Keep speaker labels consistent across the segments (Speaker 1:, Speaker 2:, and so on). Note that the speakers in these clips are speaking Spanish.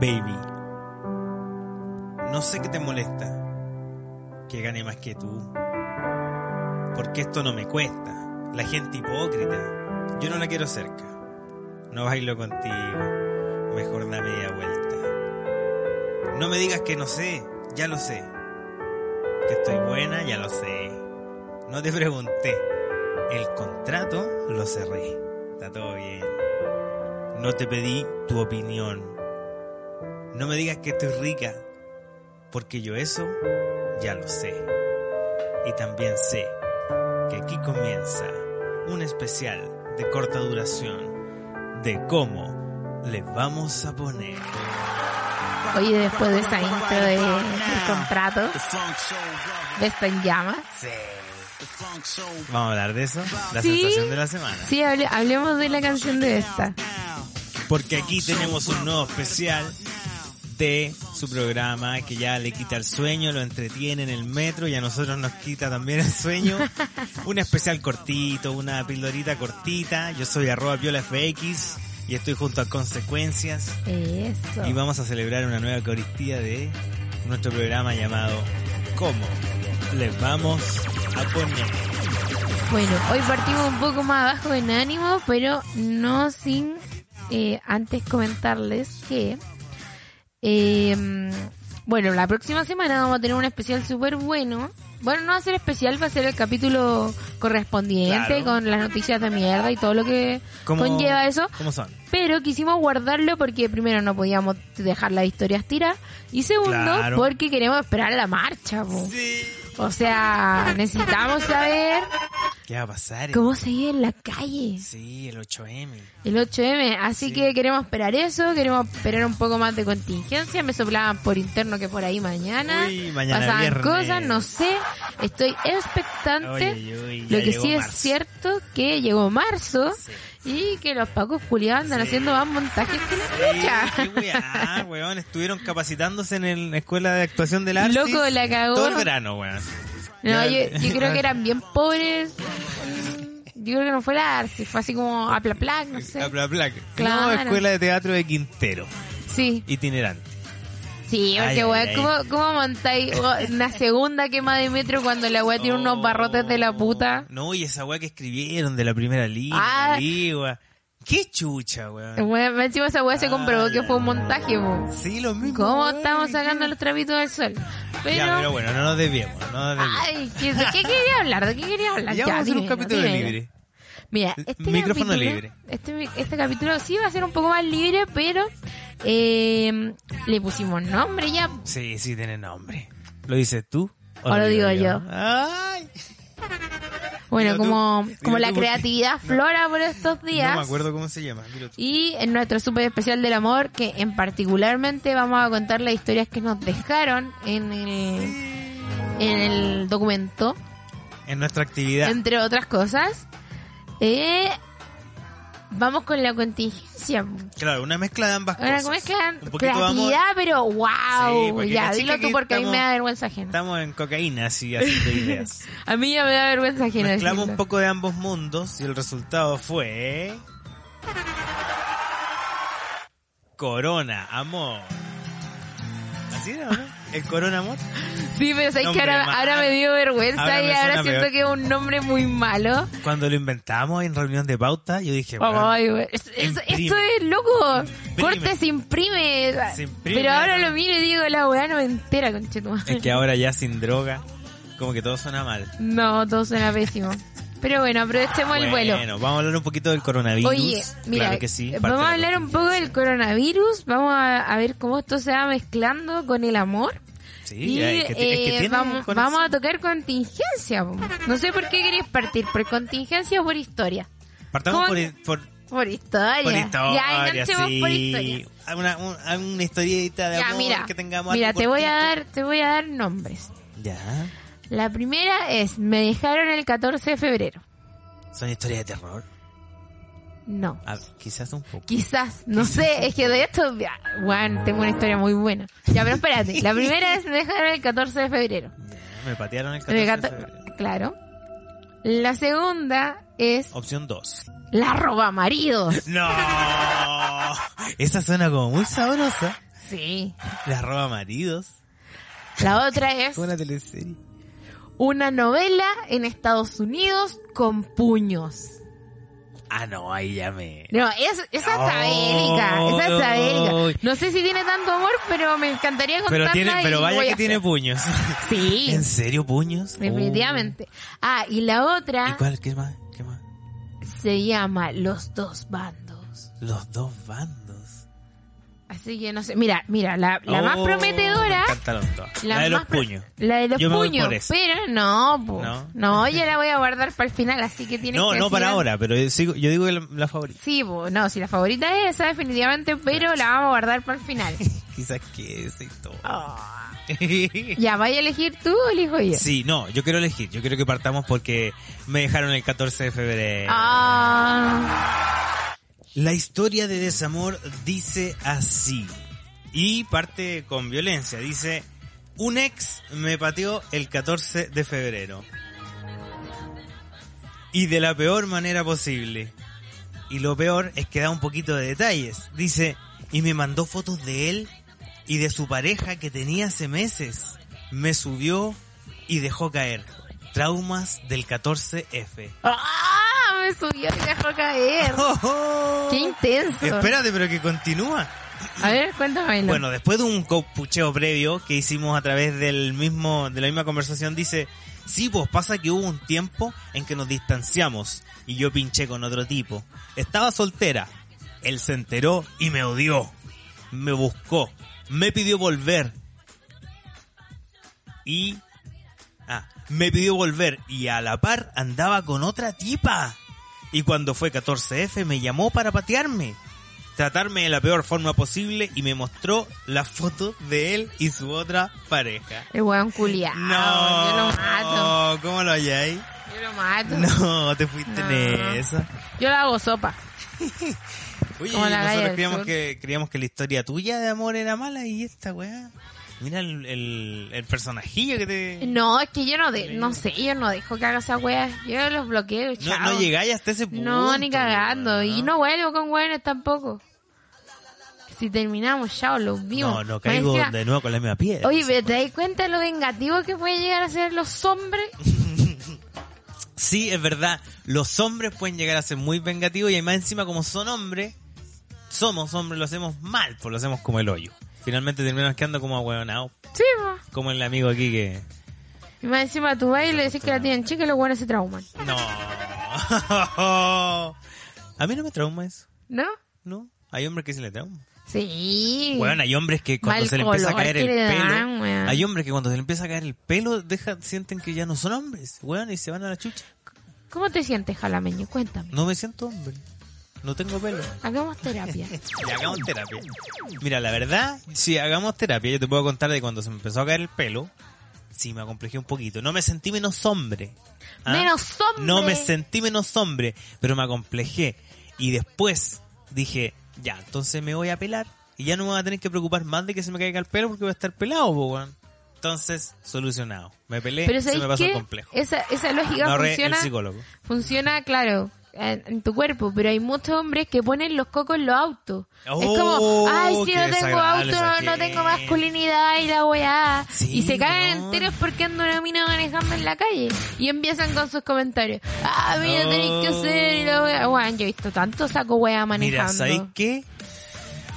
Speaker 1: Baby, no sé qué te molesta que gane más que tú, porque esto no me cuesta. La gente hipócrita, yo no la quiero cerca. No bailo contigo, mejor da media vuelta. No me digas que no sé, ya lo sé. Que estoy buena, ya lo sé. No te pregunté, el contrato lo cerré. Está todo bien. No te pedí tu opinión. No me digas que estoy rica, porque yo eso ya lo sé. Y también sé que aquí comienza un especial de corta duración de cómo le vamos a poner.
Speaker 2: Oye, después de esa intro de El contrato, ¿Besto en llamas?
Speaker 1: Vamos a hablar de eso, la
Speaker 2: Sí.
Speaker 1: sensación de la semana.
Speaker 2: Sí, hable- hablemos de la canción de esta.
Speaker 1: Porque aquí tenemos un nuevo especial de su programa que ya le quita el sueño, lo entretiene en el metro y a nosotros nos quita también el sueño. un especial cortito, una pildorita cortita. Yo soy arroba piolafx y estoy junto a Consecuencias
Speaker 2: Eso.
Speaker 1: y vamos a celebrar una nueva coristía de nuestro programa llamado ¿Cómo les vamos a poner?
Speaker 2: Bueno, hoy partimos un poco más abajo en ánimo, pero no sin eh, antes comentarles que, eh, bueno, la próxima semana vamos a tener un especial súper bueno. Bueno, no va a ser especial, va a ser el capítulo correspondiente
Speaker 1: Claro.
Speaker 2: con las noticias de mierda y todo lo que
Speaker 1: ¿Cómo-
Speaker 2: conlleva eso.
Speaker 1: ¿Cómo son?
Speaker 2: Pero quisimos guardarlo porque primero no podíamos dejar las historias tiradas y segundo
Speaker 1: Claro.
Speaker 2: porque queremos esperar la marcha. po.
Speaker 1: Sí.
Speaker 2: O sea, necesitamos saber
Speaker 1: ¿Qué va a pasar?
Speaker 2: cómo se vive en la calle
Speaker 1: Sí, el 8M.
Speaker 2: el 8M. Así que queremos esperar eso, queremos esperar un poco más de contingencia. Me soplaban por interno que por ahí mañana,
Speaker 1: Uy, mañana
Speaker 2: pasaban
Speaker 1: viernes.
Speaker 2: cosas, no sé. Estoy expectante.
Speaker 1: Uy, uy, uy, ya
Speaker 2: Lo que
Speaker 1: llegó
Speaker 2: sí es
Speaker 1: marzo.
Speaker 2: cierto que llegó marzo y que los pacos culiados andan haciendo más montajes que la chucha.
Speaker 1: Sí, qué weá, weón. Estuvieron capacitándose en el- la escuela de actuación del arte.
Speaker 2: Loco, la cagó.
Speaker 1: Todo el verano, weón.
Speaker 2: No, yo, yo creo que eran bien pobres. Yo creo que no fue la Arce, fue así como a pla, pla, no sé.
Speaker 1: La pla- placa.
Speaker 2: Claro.
Speaker 1: No, escuela de teatro de Quintero.
Speaker 2: Sí,
Speaker 1: Itinerante.
Speaker 2: sí,
Speaker 1: Ay,
Speaker 2: porque
Speaker 1: ay,
Speaker 2: weón,
Speaker 1: ay.
Speaker 2: ¿cómo, ¿cómo montáis oh, una segunda quema de metro cuando la weá tiene unos
Speaker 1: Oh,
Speaker 2: barrotes de la puta?
Speaker 1: No, y esa weá que escribieron de la primera línea.
Speaker 2: Ah. Eh,
Speaker 1: la ligua. Qué chucha, weón.
Speaker 2: Weón, encima esa weá se comprobó que fue un montaje, po.
Speaker 1: Sí, lo mismo.
Speaker 2: ¿Cómo
Speaker 1: weón.
Speaker 2: estamos sacando los trapitos del sol?
Speaker 1: Ya, pero
Speaker 2: Pero,
Speaker 1: bueno, no nos desviemos. No nos desviemos.
Speaker 2: ay, ¿qué, de qué quería hablar? ¿De qué quería hablar?
Speaker 1: ya, vamos a hacer un
Speaker 2: dímelo,
Speaker 1: capítulo
Speaker 2: dímelo.
Speaker 1: libre.
Speaker 2: Mira, este
Speaker 1: Micrófono
Speaker 2: capítulo-
Speaker 1: libre.
Speaker 2: Este, mi- este capítulo sí va a ser un poco más libre, pero eh, le pusimos nombre ya.
Speaker 1: Sí, sí, tiene nombre. ¿Lo dices tú?
Speaker 2: O lo digo yo?
Speaker 1: Ay.
Speaker 2: Bueno,
Speaker 1: Dilo tú,
Speaker 2: como,
Speaker 1: dilo
Speaker 2: como
Speaker 1: tú
Speaker 2: la
Speaker 1: porque-
Speaker 2: creatividad
Speaker 1: no.
Speaker 2: flora por estos días.
Speaker 1: No me acuerdo cómo se llama. dilo tú.
Speaker 2: Y en nuestro super especial del amor, que en particularmente vamos a contar las historias que nos dejaron en el, en el documento,
Speaker 1: En nuestra actividad.
Speaker 2: entre otras cosas. Eh, vamos con la contingencia.
Speaker 1: Claro, una mezcla de ambas cosas.
Speaker 2: Ahora, ¿cómo es que dan
Speaker 1: Un poquito de amor.
Speaker 2: creatividad, pero
Speaker 1: Sí,
Speaker 2: wow?
Speaker 1: porque
Speaker 2: ya,
Speaker 1: caché
Speaker 2: dilo
Speaker 1: que
Speaker 2: tú
Speaker 1: aquí
Speaker 2: porque a mí me
Speaker 1: estamos-
Speaker 2: da vergüenza ajena.
Speaker 1: Estamos en cocaína, así, haciendo ideas.
Speaker 2: A mí ya me da vergüenza ajena.
Speaker 1: Mezclamos un
Speaker 2: decirlo.
Speaker 1: poco de ambos mundos y el resultado fue... Corona, amor. ¿Así era, o no? ¿El corona amor?
Speaker 2: Sí, pero sabes que
Speaker 1: Nombre
Speaker 2: ahora,
Speaker 1: malo.
Speaker 2: ahora me dio vergüenza
Speaker 1: Ahora me
Speaker 2: y ahora
Speaker 1: suena
Speaker 2: siento
Speaker 1: peor.
Speaker 2: que es un nombre muy malo.
Speaker 1: Cuando lo inventamos en reunión de pauta, yo dije... bueno,
Speaker 2: Ay, güey. Es- es-
Speaker 1: Imprime.
Speaker 2: esto es loco.
Speaker 1: Imprime.
Speaker 2: Corte se imprime.
Speaker 1: Se imprime.
Speaker 2: Pero ahora lo miro y digo, la weá no me entera, conchetumadre.
Speaker 1: es que ahora ya sin droga, como que todo suena mal.
Speaker 2: No, todo suena pésimo. Pero bueno, aprovechemos el vuelo.
Speaker 1: Ah, Bueno, vamos a hablar un poquito del coronavirus.
Speaker 2: Oye, mira, eh,
Speaker 1: claro que sí, parte
Speaker 2: vamos
Speaker 1: de
Speaker 2: a
Speaker 1: la
Speaker 2: hablar un poco del coronavirus, vamos a, a ver cómo esto se va mezclando con el amor.
Speaker 1: Sí,
Speaker 2: Y
Speaker 1: es que, es que
Speaker 2: eh,
Speaker 1: tiene
Speaker 2: vamos,
Speaker 1: conexión.
Speaker 2: vamos a tocar contingencia. po. No sé por qué queréis partir, por contingencia o por historia.
Speaker 1: Partamos
Speaker 2: ¿Cómo
Speaker 1: por,
Speaker 2: que-
Speaker 1: por,
Speaker 2: Por historia.
Speaker 1: por historia,
Speaker 2: ya, enganchemos
Speaker 1: sí. Ah,
Speaker 2: por historia.
Speaker 1: Una, un- una historieta de
Speaker 2: Ya,
Speaker 1: amor
Speaker 2: mira,
Speaker 1: que tengamos
Speaker 2: mira
Speaker 1: algo
Speaker 2: te, voy a
Speaker 1: cortito.
Speaker 2: dar, te voy a dar nombres.
Speaker 1: Ya.
Speaker 2: La primera es, me dejaron el 14 de febrero.
Speaker 1: ¿Son historias de terror?
Speaker 2: No.
Speaker 1: Ah, quizás un poco.
Speaker 2: Quizás, no sé, es que de esto, ya, bueno, tengo una historia muy buena. Ya, pero espérate, la primera es me dejaron el 14 de febrero.
Speaker 1: Ya, me patearon el 14
Speaker 2: El
Speaker 1: de
Speaker 2: gato-
Speaker 1: febrero.
Speaker 2: claro. La segunda es
Speaker 1: Opción 2.
Speaker 2: la roba maridos.
Speaker 1: ¡No! Esa suena como muy sabrosa.
Speaker 2: Sí.
Speaker 1: La roba maridos.
Speaker 2: La otra es
Speaker 1: Como una teleserie.
Speaker 2: una novela en Estados Unidos con puños.
Speaker 1: Ah, no, ahí ya me.
Speaker 2: No, es, esa está bélica, esa está bélica. No sé si tiene tanto amor, pero me encantaría
Speaker 1: Pero,
Speaker 2: contarla.
Speaker 1: tiene,
Speaker 2: y
Speaker 1: pero
Speaker 2: lo
Speaker 1: vaya
Speaker 2: voy a
Speaker 1: que tiene
Speaker 2: hacer.
Speaker 1: puños.
Speaker 2: Sí,
Speaker 1: ¿En serio puños?
Speaker 2: definitivamente. Ah, y la
Speaker 1: Oh. ¿Y
Speaker 2: otra
Speaker 1: cuál? ¿Qué más? ¿Qué más?
Speaker 2: se llama Los dos bandos.
Speaker 1: Los dos bandos.
Speaker 2: Así que no sé, mira, mira, la, la más
Speaker 1: Oh,
Speaker 2: prometedora,
Speaker 1: me encantaron todas.
Speaker 2: la
Speaker 1: La, de los
Speaker 2: más pro-
Speaker 1: puños.
Speaker 2: la de los
Speaker 1: Yo me voy
Speaker 2: puños,
Speaker 1: por esa.
Speaker 2: pero no, po.
Speaker 1: No.
Speaker 2: no, ya la voy a guardar para el final, así que tienes
Speaker 1: No,
Speaker 2: que
Speaker 1: no para
Speaker 2: decidir-
Speaker 1: ahora, pero yo, sigo- yo digo que la, la favorita.
Speaker 2: Sí, po, no, si la favorita es esa, definitivamente, pero la vamos a guardar para el final.
Speaker 1: Quizás que esa y todo.
Speaker 2: Ah. Ya, ¿vaya a elegir tú o elijo yo?
Speaker 1: sí, no, yo quiero elegir. Yo quiero que partamos porque me dejaron el 14 de febrero.
Speaker 2: Ah,
Speaker 1: La historia de desamor dice así. Y parte con violencia. Dice, un ex me pateó el 14 de febrero. Y de la peor manera posible. Y lo peor es que da un poquito de detalles. Dice, y me mandó fotos de él y de su pareja que tenía hace meses. Me subió y dejó caer. Traumas del 14F.
Speaker 2: ah, me subió y dejó caer. Qué intenso.
Speaker 1: Espérate, pero que continúa.
Speaker 2: A ver, cuéntamelo.
Speaker 1: Bueno, después de un copucheo previo que hicimos a través del mismo, de la misma conversación, dice, sí, pues pasa que hubo un tiempo en que nos distanciamos y yo pinché con otro tipo. Estaba soltera. Él se enteró y me odió. Me buscó. Me pidió volver. Y... Ah, me pidió volver y a la par andaba con otra tipa. Y cuando fue 14F me llamó para patearme tratarme de la peor forma posible y me mostró la foto de él y su otra pareja.
Speaker 2: El weón culiao. Ah, Yo lo mato.
Speaker 1: no, ¿cómo lo halláis?
Speaker 2: Yo lo mato.
Speaker 1: No, te fuiste
Speaker 2: No.
Speaker 1: en esa.
Speaker 2: Yo la hago sopa.
Speaker 1: Oye,
Speaker 2: Como la Gaya
Speaker 1: nosotros
Speaker 2: del
Speaker 1: creíamos
Speaker 2: Sur.
Speaker 1: que, creíamos que la historia tuya de amor era mala y esta weá. Mira el, el, el personajillo que te...
Speaker 2: No, es que yo no de, no sé, yo no dejo que haga esa wea. Yo los bloqueo, y
Speaker 1: No,
Speaker 2: chao.
Speaker 1: no llegáis hasta ese punto.
Speaker 2: No, ni cagando.
Speaker 1: weá,
Speaker 2: Y no vuelvo con weones tampoco. Si terminamos, chao, los vimos.
Speaker 1: No, no
Speaker 2: Más
Speaker 1: caigo
Speaker 2: encima-
Speaker 1: de nuevo con la misma piedra.
Speaker 2: Oye, pero ¿te das
Speaker 1: pues.
Speaker 2: cuenta lo vengativo que pueden llegar a ser los hombres?
Speaker 1: Sí, es verdad. Los hombres pueden llegar a ser muy vengativos y además encima como son hombres, somos hombres, lo hacemos mal, pues lo hacemos como el hoyo. Finalmente terminamos quedando como ahueonados,
Speaker 2: Sí, po.
Speaker 1: como el amigo aquí que...
Speaker 2: Y más encima tú vas y le decís que la tienen chica y los buenos se trauman.
Speaker 1: No. a mí no me trauma eso,
Speaker 2: ¿No?
Speaker 1: ¿no? Hay hombres que se le trauma.
Speaker 2: Sí.
Speaker 1: Bueno, hay hombres que cuando
Speaker 2: Mal
Speaker 1: se le empieza a
Speaker 2: color
Speaker 1: caer
Speaker 2: que
Speaker 1: el
Speaker 2: le
Speaker 1: pelo,
Speaker 2: dan, weón.
Speaker 1: hay hombres que cuando se le empieza a caer el pelo deja, sienten que ya no son hombres, weón, y se van a la chucha.
Speaker 2: ¿Cómo te sientes, jalameño? Cuéntame.
Speaker 1: No me siento hombre, no tengo pelo.
Speaker 2: Hagamos terapia.
Speaker 1: Y hagamos terapia. Mira, la verdad, si hagamos terapia, yo te puedo contar de cuando se me empezó a caer el pelo, sí me acomplejé un poquito. No me sentí menos hombre. ¿ah?
Speaker 2: Menos hombre.
Speaker 1: No me sentí menos hombre, pero me acomplejé. Y después dije, ya, entonces me voy a pelar y ya no me voy a tener que preocupar más de que se me caiga el pelo porque voy a estar pelado, po, weón. Entonces, solucionado. Me pelé,
Speaker 2: Pero
Speaker 1: se
Speaker 2: ¿sabes
Speaker 1: me pasó
Speaker 2: qué?
Speaker 1: el complejo.
Speaker 2: Esa, esa
Speaker 1: Me
Speaker 2: lógica
Speaker 1: ahorré
Speaker 2: funciona,
Speaker 1: el psicólogo.
Speaker 2: funciona, claro, en, en tu cuerpo, pero hay muchos hombres que ponen los cocos en los autos.
Speaker 1: Oh,
Speaker 2: es como, ay, si
Speaker 1: qué
Speaker 2: no tengo
Speaker 1: desagradable
Speaker 2: auto,
Speaker 1: esa
Speaker 2: no
Speaker 1: gente.
Speaker 2: tengo masculinidad y la weá.
Speaker 1: Sí,
Speaker 2: y se caen
Speaker 1: weón.
Speaker 2: enteros porque anda una mina manejando en la calle. Y empiezan con sus comentarios. Ah, mira,
Speaker 1: No.
Speaker 2: tenéis que hacer y la weá. Weón, yo he visto tanto saco weá
Speaker 1: Oh.
Speaker 2: manejando.
Speaker 1: Mira, ¿sabéis qué?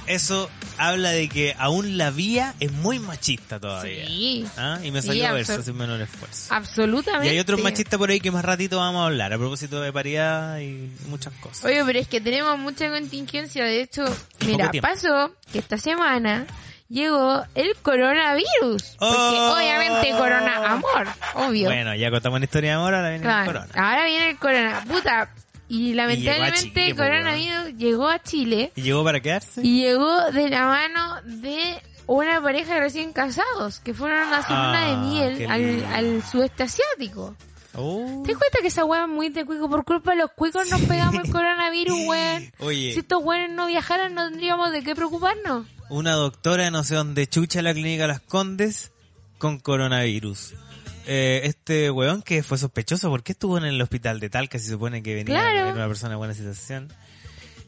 Speaker 1: Eso habla de que aún la vía es muy machista todavía.
Speaker 2: Sí,
Speaker 1: ¿Ah? Y me
Speaker 2: Sí,
Speaker 1: salió
Speaker 2: absor-
Speaker 1: verso sin menor esfuerzo.
Speaker 2: absolutamente.
Speaker 1: Y hay otros machistas por ahí que más ratito vamos a hablar a propósito de paridad y muchas cosas.
Speaker 2: Oye, pero es que tenemos mucha contingencia. De hecho,
Speaker 1: Y
Speaker 2: mira,
Speaker 1: poco tiempo.
Speaker 2: pasó que esta semana llegó el coronavirus. Porque
Speaker 1: Oh.
Speaker 2: obviamente corona amor, obvio.
Speaker 1: Bueno, ya contamos la historia de amor, ahora viene
Speaker 2: Claro,
Speaker 1: el corona.
Speaker 2: Ahora viene el corona. Puta. Y lamentablemente
Speaker 1: Chile,
Speaker 2: el
Speaker 1: po, weón.
Speaker 2: coronavirus llegó a Chile
Speaker 1: ¿Y llegó para quedarse?
Speaker 2: y llegó de la mano de una pareja de recién casados que fueron a hacer
Speaker 1: Ah,
Speaker 2: una de miel
Speaker 1: qué
Speaker 2: al,
Speaker 1: lindo.
Speaker 2: al sudeste asiático.
Speaker 1: Oh.
Speaker 2: ¿Te das cuenta que esa weá es muy de cuico? Por culpa de los cuicos nos pegamos el coronavirus, weón.
Speaker 1: Oye,
Speaker 2: Si estos güeyes no viajaran, no tendríamos de qué preocuparnos.
Speaker 1: una doctora no sé dónde chucha la clínica Las Condes con coronavirus. Eh, este weón que fue sospechoso, ¿por qué estuvo en el hospital de Talca si se supone que venía
Speaker 2: Claro.
Speaker 1: era una persona en buena situación?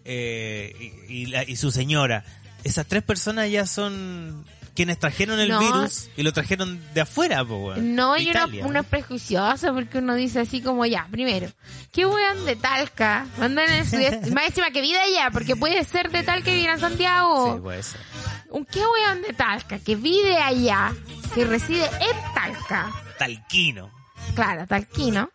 Speaker 1: Eh, y, y la- y su señora esas tres personas ya son quienes trajeron el
Speaker 2: No.
Speaker 1: virus y lo trajeron de afuera, po, weón.
Speaker 2: No,
Speaker 1: De
Speaker 2: yo
Speaker 1: Italia,
Speaker 2: era uno es prejuicioso porque uno dice así como ya, primero, ¿qué weón de Talca? Mandan en el sudeste, más encima que vida allá, porque puede ser de Talca y vivir en Santiago.
Speaker 1: Sí, puede ser.
Speaker 2: Un qué weón de Talca que vive allá, que reside en Talca,
Speaker 1: Talquino.
Speaker 2: claro, talquino,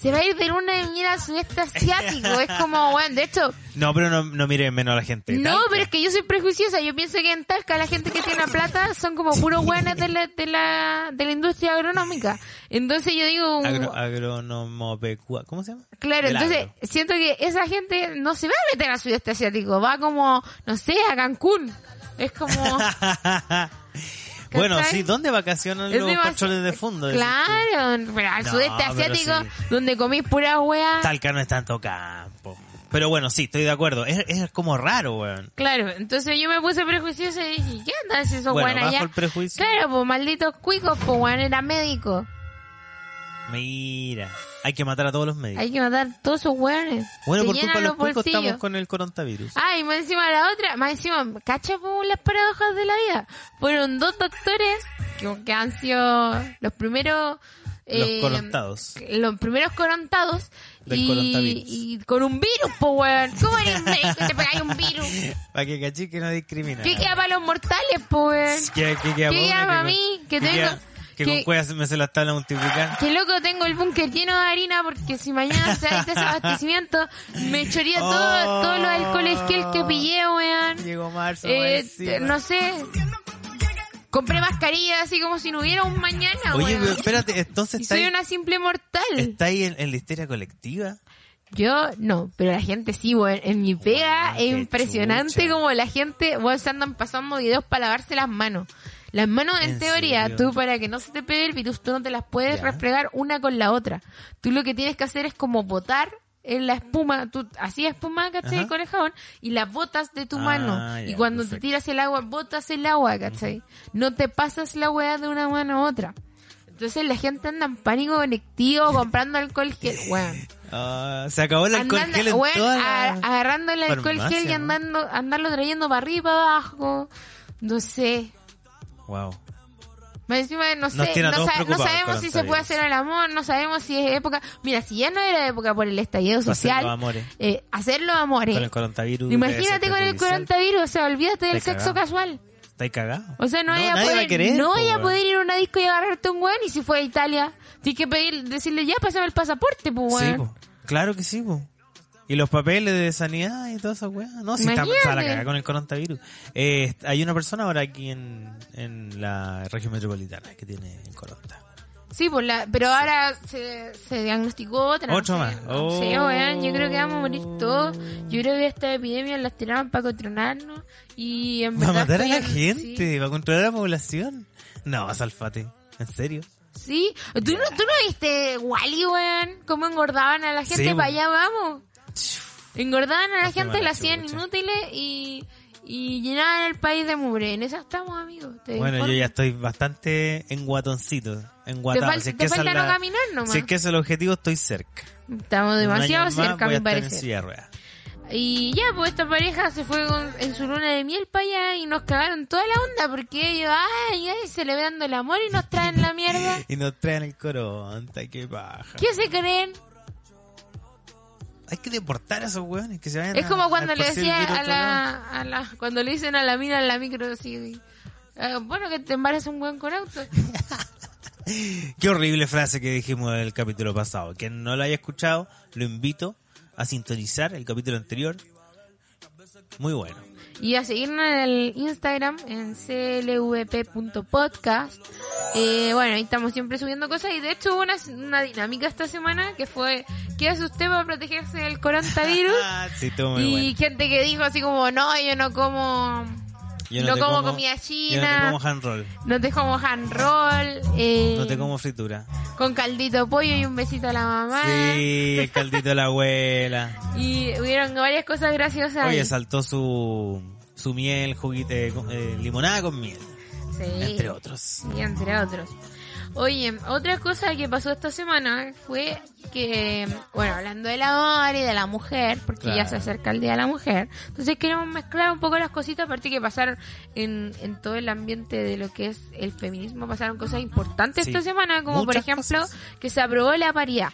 Speaker 2: se va a ir de luna de miel al sudeste asiático. Es como, weón, de hecho,
Speaker 1: No, pero no, no miren menos a la gente. de
Speaker 2: no,
Speaker 1: Talca.
Speaker 2: pero es que yo soy prejuiciosa. Yo pienso que en Talca la gente que tiene plata son como puros weones de la, de la, de la industria agronómica. Entonces yo digo, un-
Speaker 1: Agro- agrónomo pecua- ¿Cómo se llama?
Speaker 2: claro,
Speaker 1: Del
Speaker 2: entonces
Speaker 1: agro.
Speaker 2: siento que esa gente no se va a meter al sudeste asiático. Va como, no sé, a Cancún. Es como...
Speaker 1: bueno,
Speaker 2: ¿Cachai?
Speaker 1: sí, ¿dónde vacacionan
Speaker 2: es
Speaker 1: los
Speaker 2: demasi-
Speaker 1: patrones de fondo? decís tú?
Speaker 2: Claro, pero al
Speaker 1: No,
Speaker 2: sudeste
Speaker 1: pero
Speaker 2: asiático,
Speaker 1: sí.
Speaker 2: donde comís puras weas.
Speaker 1: Talca no es tanto campo. Pero bueno, sí, estoy de acuerdo. Es, es como raro, weón.
Speaker 2: Claro, entonces yo me puse prejuiciosa y dije, ¿qué onda si esos
Speaker 1: Bueno,
Speaker 2: weones
Speaker 1: bajo
Speaker 2: allá?
Speaker 1: el prejuicio.
Speaker 2: Claro, pues malditos cuicos, pues weón era médico.
Speaker 1: Mira, hay que matar a todos los médicos.
Speaker 2: Hay que matar todos esos weones.
Speaker 1: Bueno,
Speaker 2: Se
Speaker 1: por
Speaker 2: llenan
Speaker 1: culpa de los cuicos
Speaker 2: bolsillos.
Speaker 1: estamos con el coronavirus.
Speaker 2: Ah, y más encima la otra, más encima, cacha po, las paradojas de la vida. Fueron dos doctores que, que han sido los primeros... eh,
Speaker 1: los corontados.
Speaker 2: los primeros corontados
Speaker 1: Del
Speaker 2: y,
Speaker 1: coronavirus.
Speaker 2: y con un virus, po, weón. ¿Cómo eres médico y te pegáis un virus?
Speaker 1: Para que cachí que no discrimina.
Speaker 2: ¿Qué queda para los mortales, po, weón?
Speaker 1: ¿Qué, qué queda
Speaker 2: ¿Qué
Speaker 1: pa'
Speaker 2: queda
Speaker 1: una?
Speaker 2: pa'
Speaker 1: ¿Qué
Speaker 2: mí?
Speaker 1: con-
Speaker 2: Que
Speaker 1: qué
Speaker 2: tengo-
Speaker 1: queda- Que con
Speaker 2: que-
Speaker 1: cuevas me se las tabla multiplicar.
Speaker 2: Qué loco, tengo el búnker lleno de harina porque si mañana se da este desabastecimiento, me choría todo,
Speaker 1: Oh.
Speaker 2: todos los alcoholes gel que pillé, weón.
Speaker 1: Llegó marzo.
Speaker 2: Eh,
Speaker 1: más
Speaker 2: t-
Speaker 1: encima.
Speaker 2: no sé. Compré mascarillas así como si no hubiera un mañana,
Speaker 1: Oye,
Speaker 2: weón.
Speaker 1: pero espérate, entonces
Speaker 2: Y
Speaker 1: está
Speaker 2: soy
Speaker 1: ahí,
Speaker 2: una simple mortal.
Speaker 1: está ahí en, en la histeria colectiva.
Speaker 2: Yo no, pero la gente sí, weón. En mi pega
Speaker 1: Guau,
Speaker 2: es
Speaker 1: Ah, qué
Speaker 2: impresionante
Speaker 1: chucha.
Speaker 2: como la gente, weón, se andan pasando videos para lavarse las manos. Las manos, en,
Speaker 1: ¿En
Speaker 2: teoría,
Speaker 1: serio?
Speaker 2: tú para que no se te pegue el virus, tú no te las puedes
Speaker 1: Ya.
Speaker 2: refregar una con la otra. Tú lo que tienes que hacer es como botar en la espuma, tú hacías espuma, ¿cachai?
Speaker 1: Ajá.
Speaker 2: Con el jabón y las botas de tu
Speaker 1: Ah,
Speaker 2: mano. y
Speaker 1: ya,
Speaker 2: cuando te
Speaker 1: perfecto.
Speaker 2: tiras el agua, botas el agua, ¿cachai? No te pasas la weá de una mano a otra. Entonces la gente anda en pánico colectivo comprando alcohol gel, weón.
Speaker 1: Ah, se acabó el alcohol
Speaker 2: Andando-
Speaker 1: gel en
Speaker 2: weón,
Speaker 1: toda
Speaker 2: a-
Speaker 1: la...
Speaker 2: agarrando el alcohol gel y
Speaker 1: farmacia, ¿no?
Speaker 2: andando, andarlo trayendo para arriba y para abajo. No sé.
Speaker 1: Wow.
Speaker 2: Más encima, no sé,
Speaker 1: tiene a
Speaker 2: no,
Speaker 1: todos
Speaker 2: sa- no
Speaker 1: preocupados
Speaker 2: sabemos
Speaker 1: el
Speaker 2: si se puede
Speaker 1: coronavirus.
Speaker 2: hacer el amor, no sabemos si es época. Mira, si ya no era época por el estallido
Speaker 1: Va a ser
Speaker 2: social,
Speaker 1: los amores.
Speaker 2: eh, hacer los amores.
Speaker 1: Con el coronavirus.
Speaker 2: Imagínate con el coronavirus, o sea, olvídate del
Speaker 1: Está
Speaker 2: sexo
Speaker 1: cagado.
Speaker 2: casual.
Speaker 1: Está ahí cagado.
Speaker 2: O sea, no,
Speaker 1: nadie
Speaker 2: vaya a
Speaker 1: va
Speaker 2: poder,
Speaker 1: a querer,
Speaker 2: no
Speaker 1: po,
Speaker 2: vaya a
Speaker 1: weón.
Speaker 2: poder ir a una disco y agarrarte un weón. Y si fue a Italia, tienes que pedir, decirle ya, pásame el pasaporte, pues
Speaker 1: Sí,
Speaker 2: weón.
Speaker 1: po. Claro que sí, po. Y los papeles de sanidad y toda esa weá. No, si está
Speaker 2: Imagínate.
Speaker 1: está la cagada con el coronavirus. Eh, hay una persona ahora aquí en, en la región metropolitana que tiene el corona.
Speaker 2: Sí, por la, pero ahora se, se diagnosticó otra.
Speaker 1: Otro
Speaker 2: no sé,
Speaker 1: más.
Speaker 2: no sé,
Speaker 1: Oh.
Speaker 2: weón, yo creo que vamos a morir todos. Yo creo que esta epidemia la tiraron para controlarnos y en
Speaker 1: Va a
Speaker 2: verdad
Speaker 1: matar a la
Speaker 2: estoy-
Speaker 1: gente, va a controlar a la población. No, Salfate, en serio.
Speaker 2: Sí, sí. ¿Tú, no, tú no viste Wally, weón, cómo engordaban a la gente
Speaker 1: Sí,
Speaker 2: para
Speaker 1: weón.
Speaker 2: allá, vamos. Engordaban a la
Speaker 1: Hace
Speaker 2: gente,
Speaker 1: mala
Speaker 2: la hacían
Speaker 1: chucha.
Speaker 2: inútiles y, y llenaban el país de mugre. En esa estamos, amigos. te
Speaker 1: Bueno, yo
Speaker 2: informo.
Speaker 1: ya estoy bastante enguatoncito,
Speaker 2: Te,
Speaker 1: enguatado.
Speaker 2: fal-
Speaker 1: si es
Speaker 2: te
Speaker 1: que esa es
Speaker 2: falta no
Speaker 1: la-
Speaker 2: caminar nomás.
Speaker 1: Si es que ese es el objetivo, estoy cerca.
Speaker 2: Estamos
Speaker 1: En un
Speaker 2: demasiado
Speaker 1: año más voy
Speaker 2: cerca,
Speaker 1: a
Speaker 2: me
Speaker 1: estar en
Speaker 2: parece.
Speaker 1: silla de ruedas.
Speaker 2: Y ya, pues esta pareja se fue con- en su luna de miel para allá y nos cagaron toda la onda porque ellos, ay, ay, celebrando el amor y nos traen la mierda.
Speaker 1: Y nos traen el coronta, qué baja.
Speaker 2: ¿Qué se creen?
Speaker 1: Hay que deportar a esos hueones que se vayan
Speaker 2: Es
Speaker 1: a-
Speaker 2: como cuando
Speaker 1: a
Speaker 2: le
Speaker 1: esparcir el
Speaker 2: decía
Speaker 1: virus
Speaker 2: a
Speaker 1: otro lado.
Speaker 2: la, a la- cuando le dicen a la mina en la micro así, eh, bueno, que te embarazas un buen con auto.
Speaker 1: Qué horrible frase que dijimos en el capítulo pasado. Quien no la haya escuchado, lo invito a sintonizar el capítulo anterior. Muy bueno.
Speaker 2: Y a seguirnos en el Instagram, en clvp.podcast. Eh, bueno, ahí estamos siempre subiendo cosas. Y de hecho hubo una, una dinámica esta semana que fue, ¿qué hace usted para protegerse del coronavirus?
Speaker 1: sí, estuvo muy
Speaker 2: y
Speaker 1: bueno.
Speaker 2: gente que dijo así como, no, yo no como...
Speaker 1: Yo
Speaker 2: no
Speaker 1: te
Speaker 2: como
Speaker 1: Yo
Speaker 2: comida
Speaker 1: no te
Speaker 2: china.
Speaker 1: como hand roll.
Speaker 2: No te como hand roll, eh,
Speaker 1: No te como fritura.
Speaker 2: con caldito de pollo y un besito a la mamá.
Speaker 1: Sí, el caldito de la abuela.
Speaker 2: Y hubieron varias cosas graciosas. ahí.
Speaker 1: Oye, saltó su, su miel, juguete, eh, limonada con miel.
Speaker 2: Sí.
Speaker 1: entre otros.
Speaker 2: Y entre otros. Oye, otra cosa que pasó esta semana fue que, bueno, hablando del amor y de la mujer, porque ya
Speaker 1: Claro.
Speaker 2: se acerca el Día de la Mujer, entonces queremos mezclar un poco las cositas, aparte que pasaron en, en todo el ambiente de lo que es el feminismo, pasaron cosas importantes
Speaker 1: Sí.
Speaker 2: esta semana, como por
Speaker 1: Muchas
Speaker 2: ejemplo
Speaker 1: cosas.
Speaker 2: que se aprobó la paridad.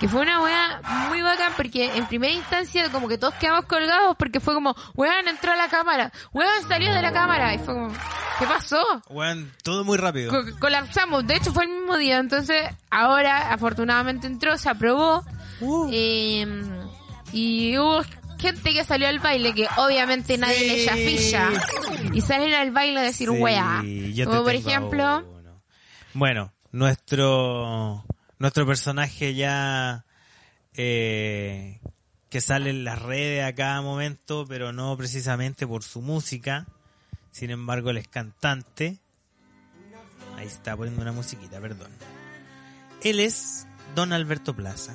Speaker 2: Que fue una weá muy bacán porque en primera instancia como que todos quedamos colgados porque fue como, weón entró a la cámara, weón salió de la cámara y fue como, ¿qué pasó?
Speaker 1: Weón, todo muy rápido.
Speaker 2: Co- colapsamos, de hecho fue el mismo día, entonces ahora afortunadamente entró, se aprobó
Speaker 1: Uh.
Speaker 2: eh, y hubo gente que salió al baile que obviamente nadie
Speaker 1: Sí.
Speaker 2: le chafilla y salen al baile a decir
Speaker 1: Sí,
Speaker 2: weá,
Speaker 1: yo te
Speaker 2: como por
Speaker 1: tengo a
Speaker 2: ejemplo...
Speaker 1: uno. Bueno, nuestro nuestro personaje ya eh, que sale en las redes a cada momento, pero no precisamente por su música. Sin embargo, él es cantante. Ahí está poniendo una musiquita, perdón. Él es Don Alberto Plaza.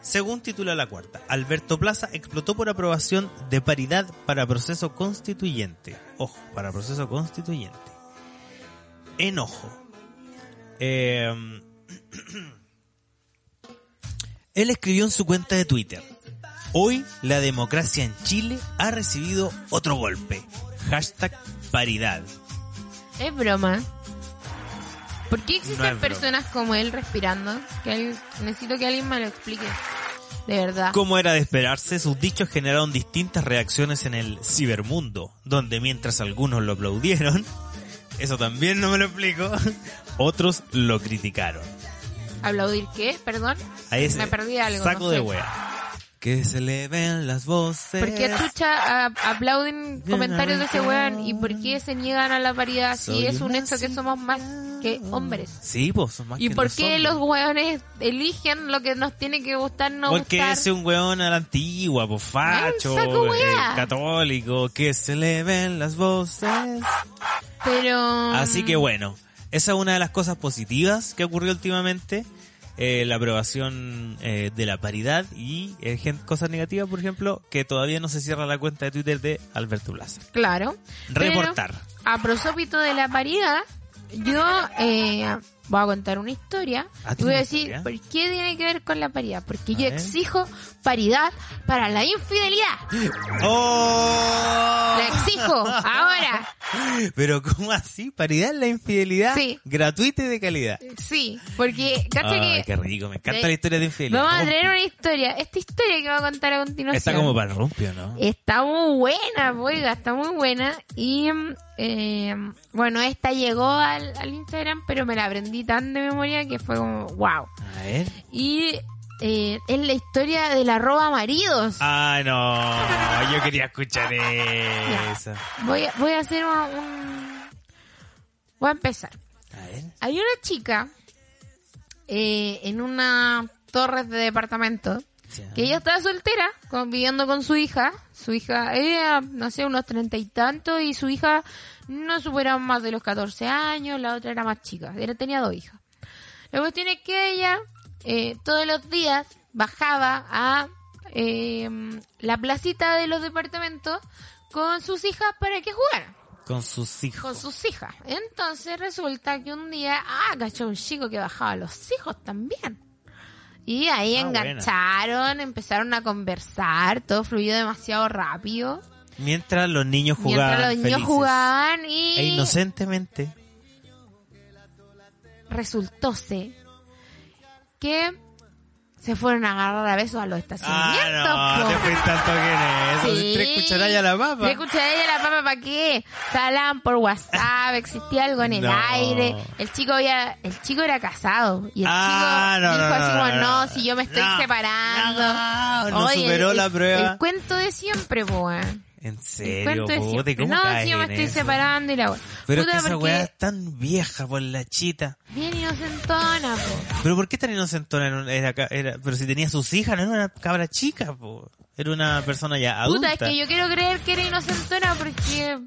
Speaker 1: Según titula la cuarta, Alberto Plaza explotó por aprobación de paridad para proceso constituyente. Ojo, para proceso constituyente. Enojo. Eh, él escribió en su cuenta de Twitter. Hoy la democracia en Chile ha recibido otro golpe. Hashtag paridad.
Speaker 2: Es broma. ¿Por
Speaker 1: No
Speaker 2: qué
Speaker 1: es
Speaker 2: existen
Speaker 1: broma.
Speaker 2: personas como él respirando? Que al- necesito que alguien me lo explique. De verdad.
Speaker 1: Como era de esperarse, sus dichos generaron distintas reacciones en el cibermundo, donde mientras algunos lo aplaudieron, eso también no me lo explico, otros lo criticaron.
Speaker 2: ¿Aplaudir qué? Perdón.
Speaker 1: Ahí es
Speaker 2: Me perdí algo,
Speaker 1: Saco
Speaker 2: no
Speaker 1: de
Speaker 2: sé.
Speaker 1: wea. Que se le ven las voces.
Speaker 2: ¿Por qué chucha a- aplauden comentarios de ese weón? ¿Y por qué se niegan a la paridad si
Speaker 1: Soy
Speaker 2: es un
Speaker 1: una
Speaker 2: hecho que somos más que hombres?
Speaker 1: Sí, pues son más
Speaker 2: ¿Y
Speaker 1: que
Speaker 2: por
Speaker 1: los
Speaker 2: qué
Speaker 1: hombres.
Speaker 2: los weones eligen lo que nos tiene que gustar, no
Speaker 1: Porque
Speaker 2: gustar?
Speaker 1: es un weón a la antigua, pues facho,
Speaker 2: saco wea.
Speaker 1: eh, católico, que se le ven las voces.
Speaker 2: Pero... mm,
Speaker 1: Así que bueno, esa es una de las cosas positivas que ocurrió últimamente. eh, la aprobación eh, de la paridad y eh, gen- cosas negativas, por ejemplo, que todavía no se cierra la cuenta de Twitter de Alberto Plaza.
Speaker 2: Claro. Pero-
Speaker 1: Reportar.
Speaker 2: a prosópito de la paridad, yo eh, voy a contar una historia.
Speaker 1: Ah,
Speaker 2: Y voy
Speaker 1: ¿tiene
Speaker 2: a decir,
Speaker 1: historia?
Speaker 2: ¿por qué tiene que ver con la paridad? Porque
Speaker 1: A
Speaker 2: yo
Speaker 1: ver.
Speaker 2: exijo paridad para la infidelidad.
Speaker 1: ¡Oh!
Speaker 2: La exijo ahora.
Speaker 1: Pero ¿cómo así? Paridad en la infidelidad
Speaker 2: Sí.
Speaker 1: gratuita y de calidad.
Speaker 2: Sí, porque, cacha
Speaker 1: Ay,
Speaker 2: que
Speaker 1: qué rico, me encanta
Speaker 2: de-
Speaker 1: la historia de infidelidad.
Speaker 2: vamos a
Speaker 1: Como-
Speaker 2: traer una historia. Esta historia que voy a contar a continuación.
Speaker 1: Está como para el rumpio, ¿no?
Speaker 2: Está muy buena, oiga, está muy buena. Y mm, eh, bueno, esta llegó al, al Instagram, pero me la aprendí tan de memoria que fue como, wow.
Speaker 1: A ver.
Speaker 2: Y eh, es la historia del arroba maridos.
Speaker 1: Ah, no, yo quería escuchar eso.
Speaker 2: Voy, a, voy a hacer un, un- Voy a empezar.
Speaker 1: A ver.
Speaker 2: Hay una chica eh, en una torre de departamento
Speaker 1: Ya.
Speaker 2: que ella estaba soltera, conviviendo con su hija. Su hija, ella, no sé, unos treinta y tantos, y su hija no superaba más de los 14 años, la otra era más chica, era, tenía dos hijas. La cuestión es que ella eh, todos los días bajaba a eh, la placita de los departamentos con sus hijas para que jugaran
Speaker 1: Con sus hijos.
Speaker 2: con sus hijas. Entonces resulta que un día, ah, cachó un chico que bajaba a los hijos también. Y ahí
Speaker 1: Ah,
Speaker 2: engancharon, empezaron a conversar, todo fluyó demasiado rápido.
Speaker 1: Mientras los niños jugaban.
Speaker 2: mientras los niños
Speaker 1: felices.
Speaker 2: jugaban y
Speaker 1: E inocentemente.
Speaker 2: resultóse que se fueron a agarrar a besos a
Speaker 1: Ah,
Speaker 2: los estacionamientos. po.
Speaker 1: fuiste tanto que
Speaker 2: Sí.
Speaker 1: Ah, Tres cucharadas a la papa.
Speaker 2: Tres cucharadillas a la papa, ¿para qué? Se hablaban por WhatsApp, existía algo en el
Speaker 1: No.
Speaker 2: aire. El chico había, el chico era casado. Y el
Speaker 1: Ah,
Speaker 2: chico
Speaker 1: no,
Speaker 2: dijo
Speaker 1: no,
Speaker 2: así
Speaker 1: no,
Speaker 2: como,
Speaker 1: no,
Speaker 2: no,
Speaker 1: no,
Speaker 2: si yo me estoy
Speaker 1: no,
Speaker 2: separando.
Speaker 1: no, no
Speaker 2: Oye,
Speaker 1: superó
Speaker 2: el-
Speaker 1: la
Speaker 2: el-
Speaker 1: prueba.
Speaker 2: El cuento de siempre, po, weón.
Speaker 1: En
Speaker 2: El
Speaker 1: serio,
Speaker 2: cuento de
Speaker 1: bote,
Speaker 2: siempre.
Speaker 1: ¿cómo
Speaker 2: No,
Speaker 1: caes
Speaker 2: si yo me
Speaker 1: en
Speaker 2: estoy
Speaker 1: eso?
Speaker 2: separando y la weón.
Speaker 1: Pero
Speaker 2: Puta,
Speaker 1: es que esa
Speaker 2: porque
Speaker 1: weá es tan vieja por la chita.
Speaker 2: Bien inocentona, po.
Speaker 1: Pero ¿por qué tan inocentona era, una- era, ca- era- pero si tenía sus hijas, no era una cabra chica, po. Era una persona ya adulta.
Speaker 2: Puta, es que yo quiero creer que era inocentona porque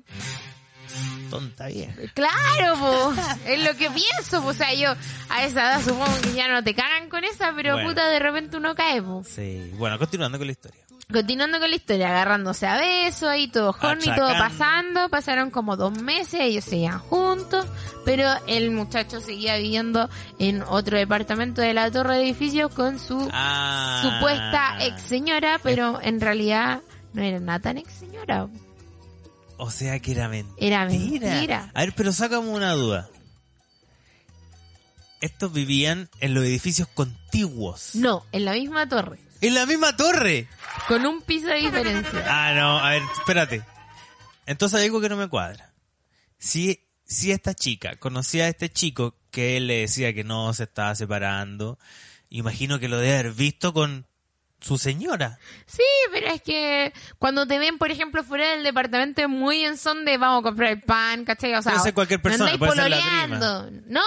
Speaker 1: Tonta vieja.
Speaker 2: Claro, po. es lo que pienso, po. o sea, yo a esa edad supongo que ya no te cagan con esa, pero
Speaker 1: Bueno.
Speaker 2: puta, de repente uno cae, po.
Speaker 1: Sí. Bueno, continuando con la historia.
Speaker 2: Continuando con la historia, agarrándose a besos ahí, todo horny, todo
Speaker 1: Achacando.
Speaker 2: pasando. Pasaron como dos meses, ellos seguían juntos, pero el muchacho seguía viviendo en otro departamento de la torre de edificios con su
Speaker 1: Ah.
Speaker 2: supuesta ex señora, pero en realidad no era nada tan ex señora.
Speaker 1: O sea que era mentira.
Speaker 2: Era mentira.
Speaker 1: A ver, pero sácame una duda. Estos vivían en los edificios contiguos.
Speaker 2: No, en la misma torre,
Speaker 1: En la misma torre.
Speaker 2: con un piso de diferencia.
Speaker 1: Ah, no, a ver, espérate. Entonces hay algo que no me cuadra. Si, si esta chica conocía a este chico que él le decía que no se estaba separando, imagino que lo debe haber visto con su señora.
Speaker 2: Sí, pero es que cuando te ven, por ejemplo, fuera del departamento, es muy en son de vamos a comprar el pan, ¿cachai? O sea,
Speaker 1: Puede ser cualquier
Speaker 2: no andáis
Speaker 1: persona, puede ser la
Speaker 2: pololeando. No,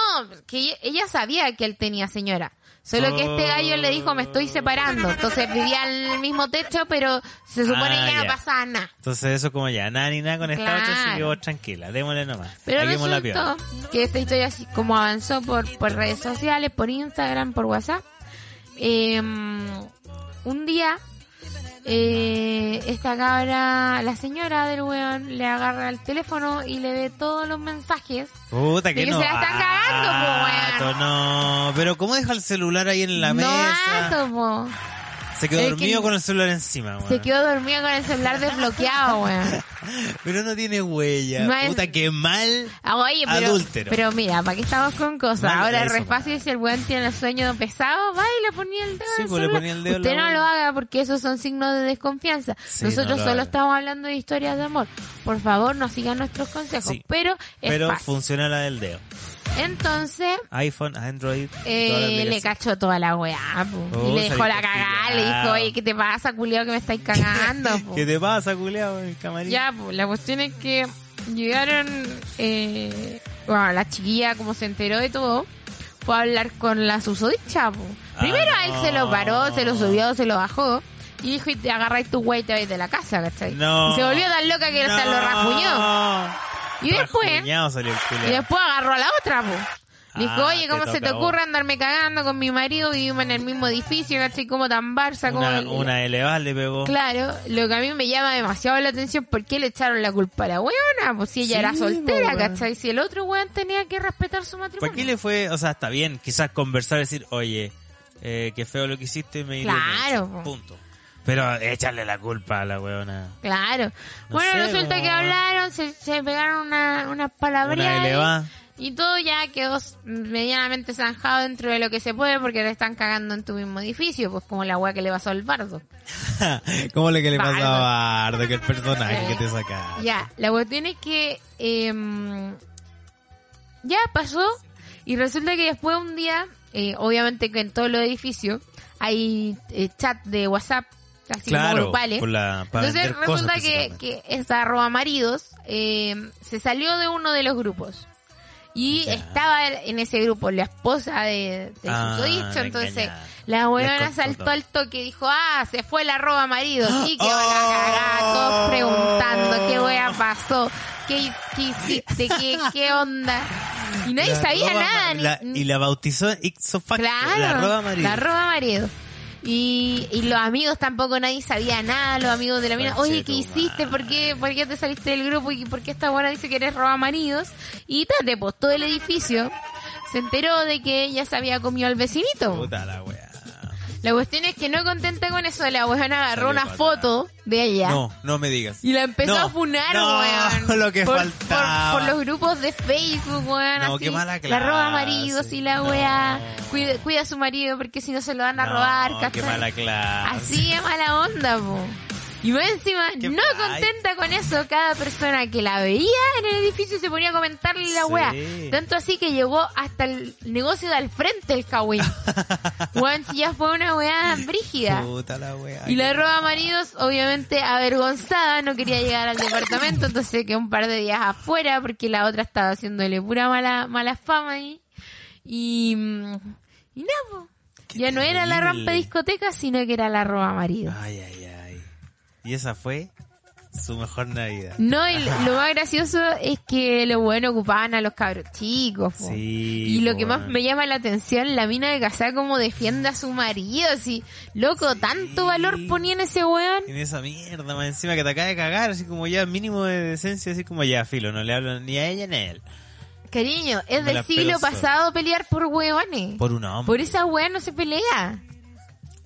Speaker 2: que ella, ella sabía que él tenía señora. Solo que este gallo le dijo, me estoy separando. Entonces vivía en el mismo techo, pero se supone
Speaker 1: Ah,
Speaker 2: que no
Speaker 1: ya.
Speaker 2: pasaba nada.
Speaker 1: Entonces eso como ya, nada ni nada con esta
Speaker 2: Claro.
Speaker 1: otra, así que vos tranquila, démosle nomás.
Speaker 2: Pero
Speaker 1: Hagamos la piola.
Speaker 2: resultó que esta historia, así como avanzó por, por redes sociales, por Instagram, por WhatsApp, eh, un día eh, esta cabra, la señora del weón, le agarra el teléfono y le ve todos los mensajes.
Speaker 1: Puta,
Speaker 2: De
Speaker 1: que
Speaker 2: que
Speaker 1: no.
Speaker 2: se la están cagando, po, weón.
Speaker 1: Gato, no, pero ¿cómo deja el celular ahí en la
Speaker 2: no
Speaker 1: mesa?
Speaker 2: alto, po.
Speaker 1: Se quedó
Speaker 2: Es que-
Speaker 1: dormido con el celular encima, weón.
Speaker 2: Se quedó dormida con el celular desbloqueado, weón.
Speaker 1: Pero no tiene huella.
Speaker 2: No es-
Speaker 1: Puta, qué mal.
Speaker 2: Ah, Oye, pero,
Speaker 1: Adúltero.
Speaker 2: pero mira, ¿para qué estamos con cosas?
Speaker 1: Mal
Speaker 2: Ahora es
Speaker 1: eso,
Speaker 2: re
Speaker 1: man.
Speaker 2: fácil si el weón tiene el sueño pesado, va y le ponía el dedo
Speaker 1: Sí,
Speaker 2: en
Speaker 1: pues, le
Speaker 2: celular.
Speaker 1: ponía el dedo en
Speaker 2: Usted
Speaker 1: la
Speaker 2: no
Speaker 1: boca.
Speaker 2: lo haga porque esos son signos de desconfianza.
Speaker 1: Sí,
Speaker 2: Nosotros
Speaker 1: no lo
Speaker 2: solo
Speaker 1: haga.
Speaker 2: estamos hablando de historias de amor. Por favor, no sigan nuestros consejos,
Speaker 1: Sí,
Speaker 2: pero es
Speaker 1: Pero
Speaker 2: fácil.
Speaker 1: funciona la del dedo.
Speaker 2: Entonces,
Speaker 1: iPhone, Android.
Speaker 2: eh,
Speaker 1: todas las
Speaker 2: le
Speaker 1: aplicaciones.
Speaker 2: cachó toda la weá, po.
Speaker 1: Oh,
Speaker 2: y le dejó la
Speaker 1: saliste
Speaker 2: cagada, le dijo,
Speaker 1: pillado.
Speaker 2: oye, ¿qué te pasa, culiao, que me estáis cagando? po?"
Speaker 1: ¿Qué te pasa, eh, culeado, el camarín?
Speaker 2: Ya, pues, la cuestión es que llegaron, eh, bueno, la chiquilla como se enteró de todo, fue a hablar con la susodicha, pues.
Speaker 1: Ah,
Speaker 2: Primero a él se lo
Speaker 1: no.
Speaker 2: paró, se lo subió, se lo bajó, y dijo, y te agarráis tu güey y te vais de la casa, ¿cachai?
Speaker 1: No.
Speaker 2: Y se volvió tan loca que hasta
Speaker 1: No.
Speaker 2: lo rasguñó. Y después,
Speaker 1: Rasguñado salió el culeado.
Speaker 2: y después agarró a la otra, pues. Le Dijo,
Speaker 1: Ah,
Speaker 2: oye,
Speaker 1: te
Speaker 2: ¿cómo se
Speaker 1: toca
Speaker 2: te
Speaker 1: a vos.
Speaker 2: ocurre andarme cagando con mi marido? Vivimos en el mismo edificio, ¿cachai? Como tan barça, como...
Speaker 1: Una, una elevada le pegó.
Speaker 2: Claro, lo que a mí me llama demasiado la atención, ¿por qué le echaron la culpa a la weona? Pues si ella
Speaker 1: Sí,
Speaker 2: era soltera,
Speaker 1: po, weón.
Speaker 2: ¿cachai? Si el otro weón tenía que respetar su matrimonio.
Speaker 1: ¿Para qué le fue? O sea, está bien, quizás conversar, decir, oye, eh, qué feo lo que hiciste, me iré de
Speaker 2: Claro,
Speaker 1: eso".
Speaker 2: po.
Speaker 1: Punto. Pero echarle la culpa a la weona.
Speaker 2: Claro.
Speaker 1: No
Speaker 2: bueno,
Speaker 1: sé,
Speaker 2: resulta
Speaker 1: po,
Speaker 2: que
Speaker 1: weón.
Speaker 2: hablaron, se, se pegaron una- unas
Speaker 1: Una
Speaker 2: palabras
Speaker 1: elevada.
Speaker 2: y todo ya quedó medianamente zanjado dentro de lo que se puede porque te están cagando en tu mismo edificio, pues como la weá que le pasó al bardo.
Speaker 1: ¿Cómo le que le
Speaker 2: Bardo.
Speaker 1: pasa a Bardo? Que el personaje
Speaker 2: Eh,
Speaker 1: que te saca.
Speaker 2: Ya, la cuestión es que em, ya pasó y resulta que después un día, eh, obviamente que en todos los edificios hay eh, chat de WhatsApp, así como
Speaker 1: Claro,
Speaker 2: grupales.
Speaker 1: por la, para
Speaker 2: Entonces
Speaker 1: vender cosas
Speaker 2: resulta que,
Speaker 1: principalmente.
Speaker 2: que esta arroba maridos em, se salió de uno de los grupos. Y
Speaker 1: Ya.
Speaker 2: estaba en ese grupo la esposa de, de
Speaker 1: Ah,
Speaker 2: susodicho,
Speaker 1: la
Speaker 2: entonces
Speaker 1: engañada.
Speaker 2: la
Speaker 1: Les
Speaker 2: weona
Speaker 1: contó
Speaker 2: saltó
Speaker 1: todo.
Speaker 2: al toque y dijo, ah, se fue la arroba marido. Sí, que van
Speaker 1: ¡Oh!
Speaker 2: a cagar, todos preguntando qué wea pasó, qué, qué hiciste, qué, qué onda. Y nadie
Speaker 1: La
Speaker 2: sabía
Speaker 1: arroba
Speaker 2: nada.
Speaker 1: ma-
Speaker 2: ni-
Speaker 1: la-
Speaker 2: ni-
Speaker 1: y la bautizó ipso facto,
Speaker 2: claro,
Speaker 1: la arroba María.
Speaker 2: la arroba marido. Y, y los amigos tampoco nadie sabía nada, los amigos de la mina, oye, ¿qué
Speaker 1: Conchetumare.
Speaker 2: hiciste? ¿Por qué, ¿Por qué te saliste del grupo? ¿Y por qué esta buena dice que eres roba maridos? Y tate, pues todo el edificio se enteró de que ella se había comido al vecinito.
Speaker 1: Puta la wea.
Speaker 2: La cuestión es que no contenta con eso, la weón agarró
Speaker 1: Salió
Speaker 2: una
Speaker 1: para
Speaker 2: foto de ella.
Speaker 1: No, no me digas.
Speaker 2: Y la empezó
Speaker 1: No,
Speaker 2: a funar,
Speaker 1: no,
Speaker 2: weón.
Speaker 1: lo que
Speaker 2: por,
Speaker 1: faltaba.
Speaker 2: Por, por los grupos de Facebook, weón.
Speaker 1: No,
Speaker 2: así,
Speaker 1: qué mala
Speaker 2: La roba
Speaker 1: clase.
Speaker 2: maridos y la
Speaker 1: No.
Speaker 2: weá. Cuida, cuida a su marido porque si no se lo van a
Speaker 1: No,
Speaker 2: robar,
Speaker 1: Qué
Speaker 2: ¿cachai?
Speaker 1: mala clase.
Speaker 2: Así es mala onda, po. Y más encima,
Speaker 1: Qué
Speaker 2: no
Speaker 1: mal.
Speaker 2: contenta con eso, cada persona que la veía en el edificio se ponía a comentarle la
Speaker 1: Sí.
Speaker 2: weá. Tanto así que llegó hasta el negocio de al frente el Kawin. Weón, si ya fue una weá brígida.
Speaker 1: Puta la wea.
Speaker 2: Y la roba maridos, obviamente avergonzada, no quería llegar al departamento, entonces se quedó un par de días afuera porque la otra estaba haciéndole pura mala, mala fama ahí. Y, mm, y nada, po.
Speaker 1: Qué
Speaker 2: ya no era la
Speaker 1: terrible. Ah.
Speaker 2: rampa discoteca, sino que era la roba maridos.
Speaker 1: Ay, ay, ay. Y esa fue Su mejor Navidad.
Speaker 2: No, y lo más gracioso es que los bueno ocupaban a los cabros chicos. po.
Speaker 1: Sí.
Speaker 2: y lo
Speaker 1: po,
Speaker 2: que más
Speaker 1: weón.
Speaker 2: me llama la atención, la mina de casar como defiende a su marido, así, loco, tanto valor ponía en ese weón.
Speaker 1: En esa mierda, más encima que te acaba de cagar, así como ya mínimo de decencia, así como ya, filo, no le hablo ni a ella ni a él.
Speaker 2: Cariño, es
Speaker 1: Me
Speaker 2: del
Speaker 1: la
Speaker 2: siglo
Speaker 1: pelo sola.
Speaker 2: pasado pelear por weones. Por,
Speaker 1: Por un hombre.
Speaker 2: esa weá no se pelea.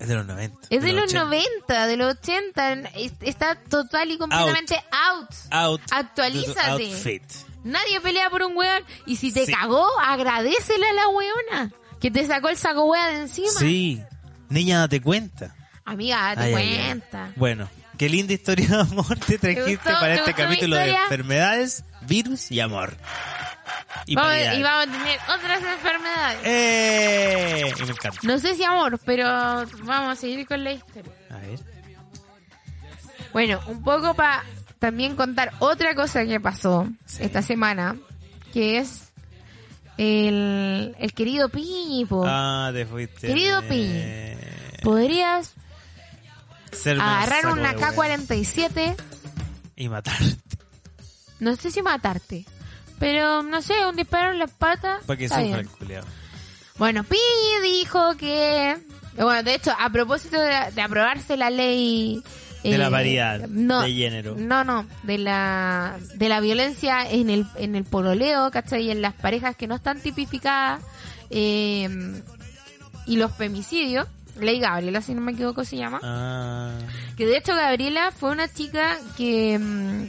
Speaker 1: Es de los 90.
Speaker 2: Es de los
Speaker 1: 80.
Speaker 2: 90, de los 80. es- Está total y completamente out.
Speaker 1: Out.
Speaker 2: Actualízate.
Speaker 1: Outfit.
Speaker 2: Nadie pelea por un weón. Y si te
Speaker 1: Sí.
Speaker 2: cagó, agradecele a la weona. Que te sacó el saco wea de encima.
Speaker 1: Sí. Niña, date cuenta.
Speaker 2: Amiga, date
Speaker 1: Ay, ay, ay.
Speaker 2: cuenta.
Speaker 1: Bueno, qué linda historia de amor te trajiste
Speaker 2: gustó?
Speaker 1: para
Speaker 2: ¿Te
Speaker 1: este
Speaker 2: gustó mi
Speaker 1: capítulo de
Speaker 2: historia?
Speaker 1: enfermedades, virus y amor. Y
Speaker 2: vamos,
Speaker 1: paridad.
Speaker 2: y vamos a tener otras enfermedades.
Speaker 1: ¡Eh! Y me encanta.
Speaker 2: No sé si amor, pero vamos a seguir con la historia.
Speaker 1: A ver.
Speaker 2: Bueno, un poco para también contar otra cosa que pasó
Speaker 1: Sí.
Speaker 2: esta semana, que es el, el querido Pipo.
Speaker 1: Ah, te fuiste.
Speaker 2: Querido
Speaker 1: Eh,
Speaker 2: ¿Podrías
Speaker 1: ser menos
Speaker 2: agarrar
Speaker 1: saco
Speaker 2: una
Speaker 1: de hueá
Speaker 2: K-47?
Speaker 1: Y matarte.
Speaker 2: No sé si matarte, pero no sé, un disparo en las patas.
Speaker 1: Para que
Speaker 2: está
Speaker 1: sufra el
Speaker 2: bien.
Speaker 1: culiao.
Speaker 2: Bueno, Pi dijo que... Bueno, de hecho, a propósito de, de aprobarse la ley...
Speaker 1: De la
Speaker 2: eh,
Speaker 1: variedad
Speaker 2: no,
Speaker 1: de género.
Speaker 2: No, no, de la, de la violencia en el, en el pololeo, ¿cachai? Y en las parejas que no están tipificadas. eh, y los femicidios. Ley Gabriela, si no me equivoco, se llama.
Speaker 1: Ah,
Speaker 2: Que de hecho Gabriela fue una chica que, mm,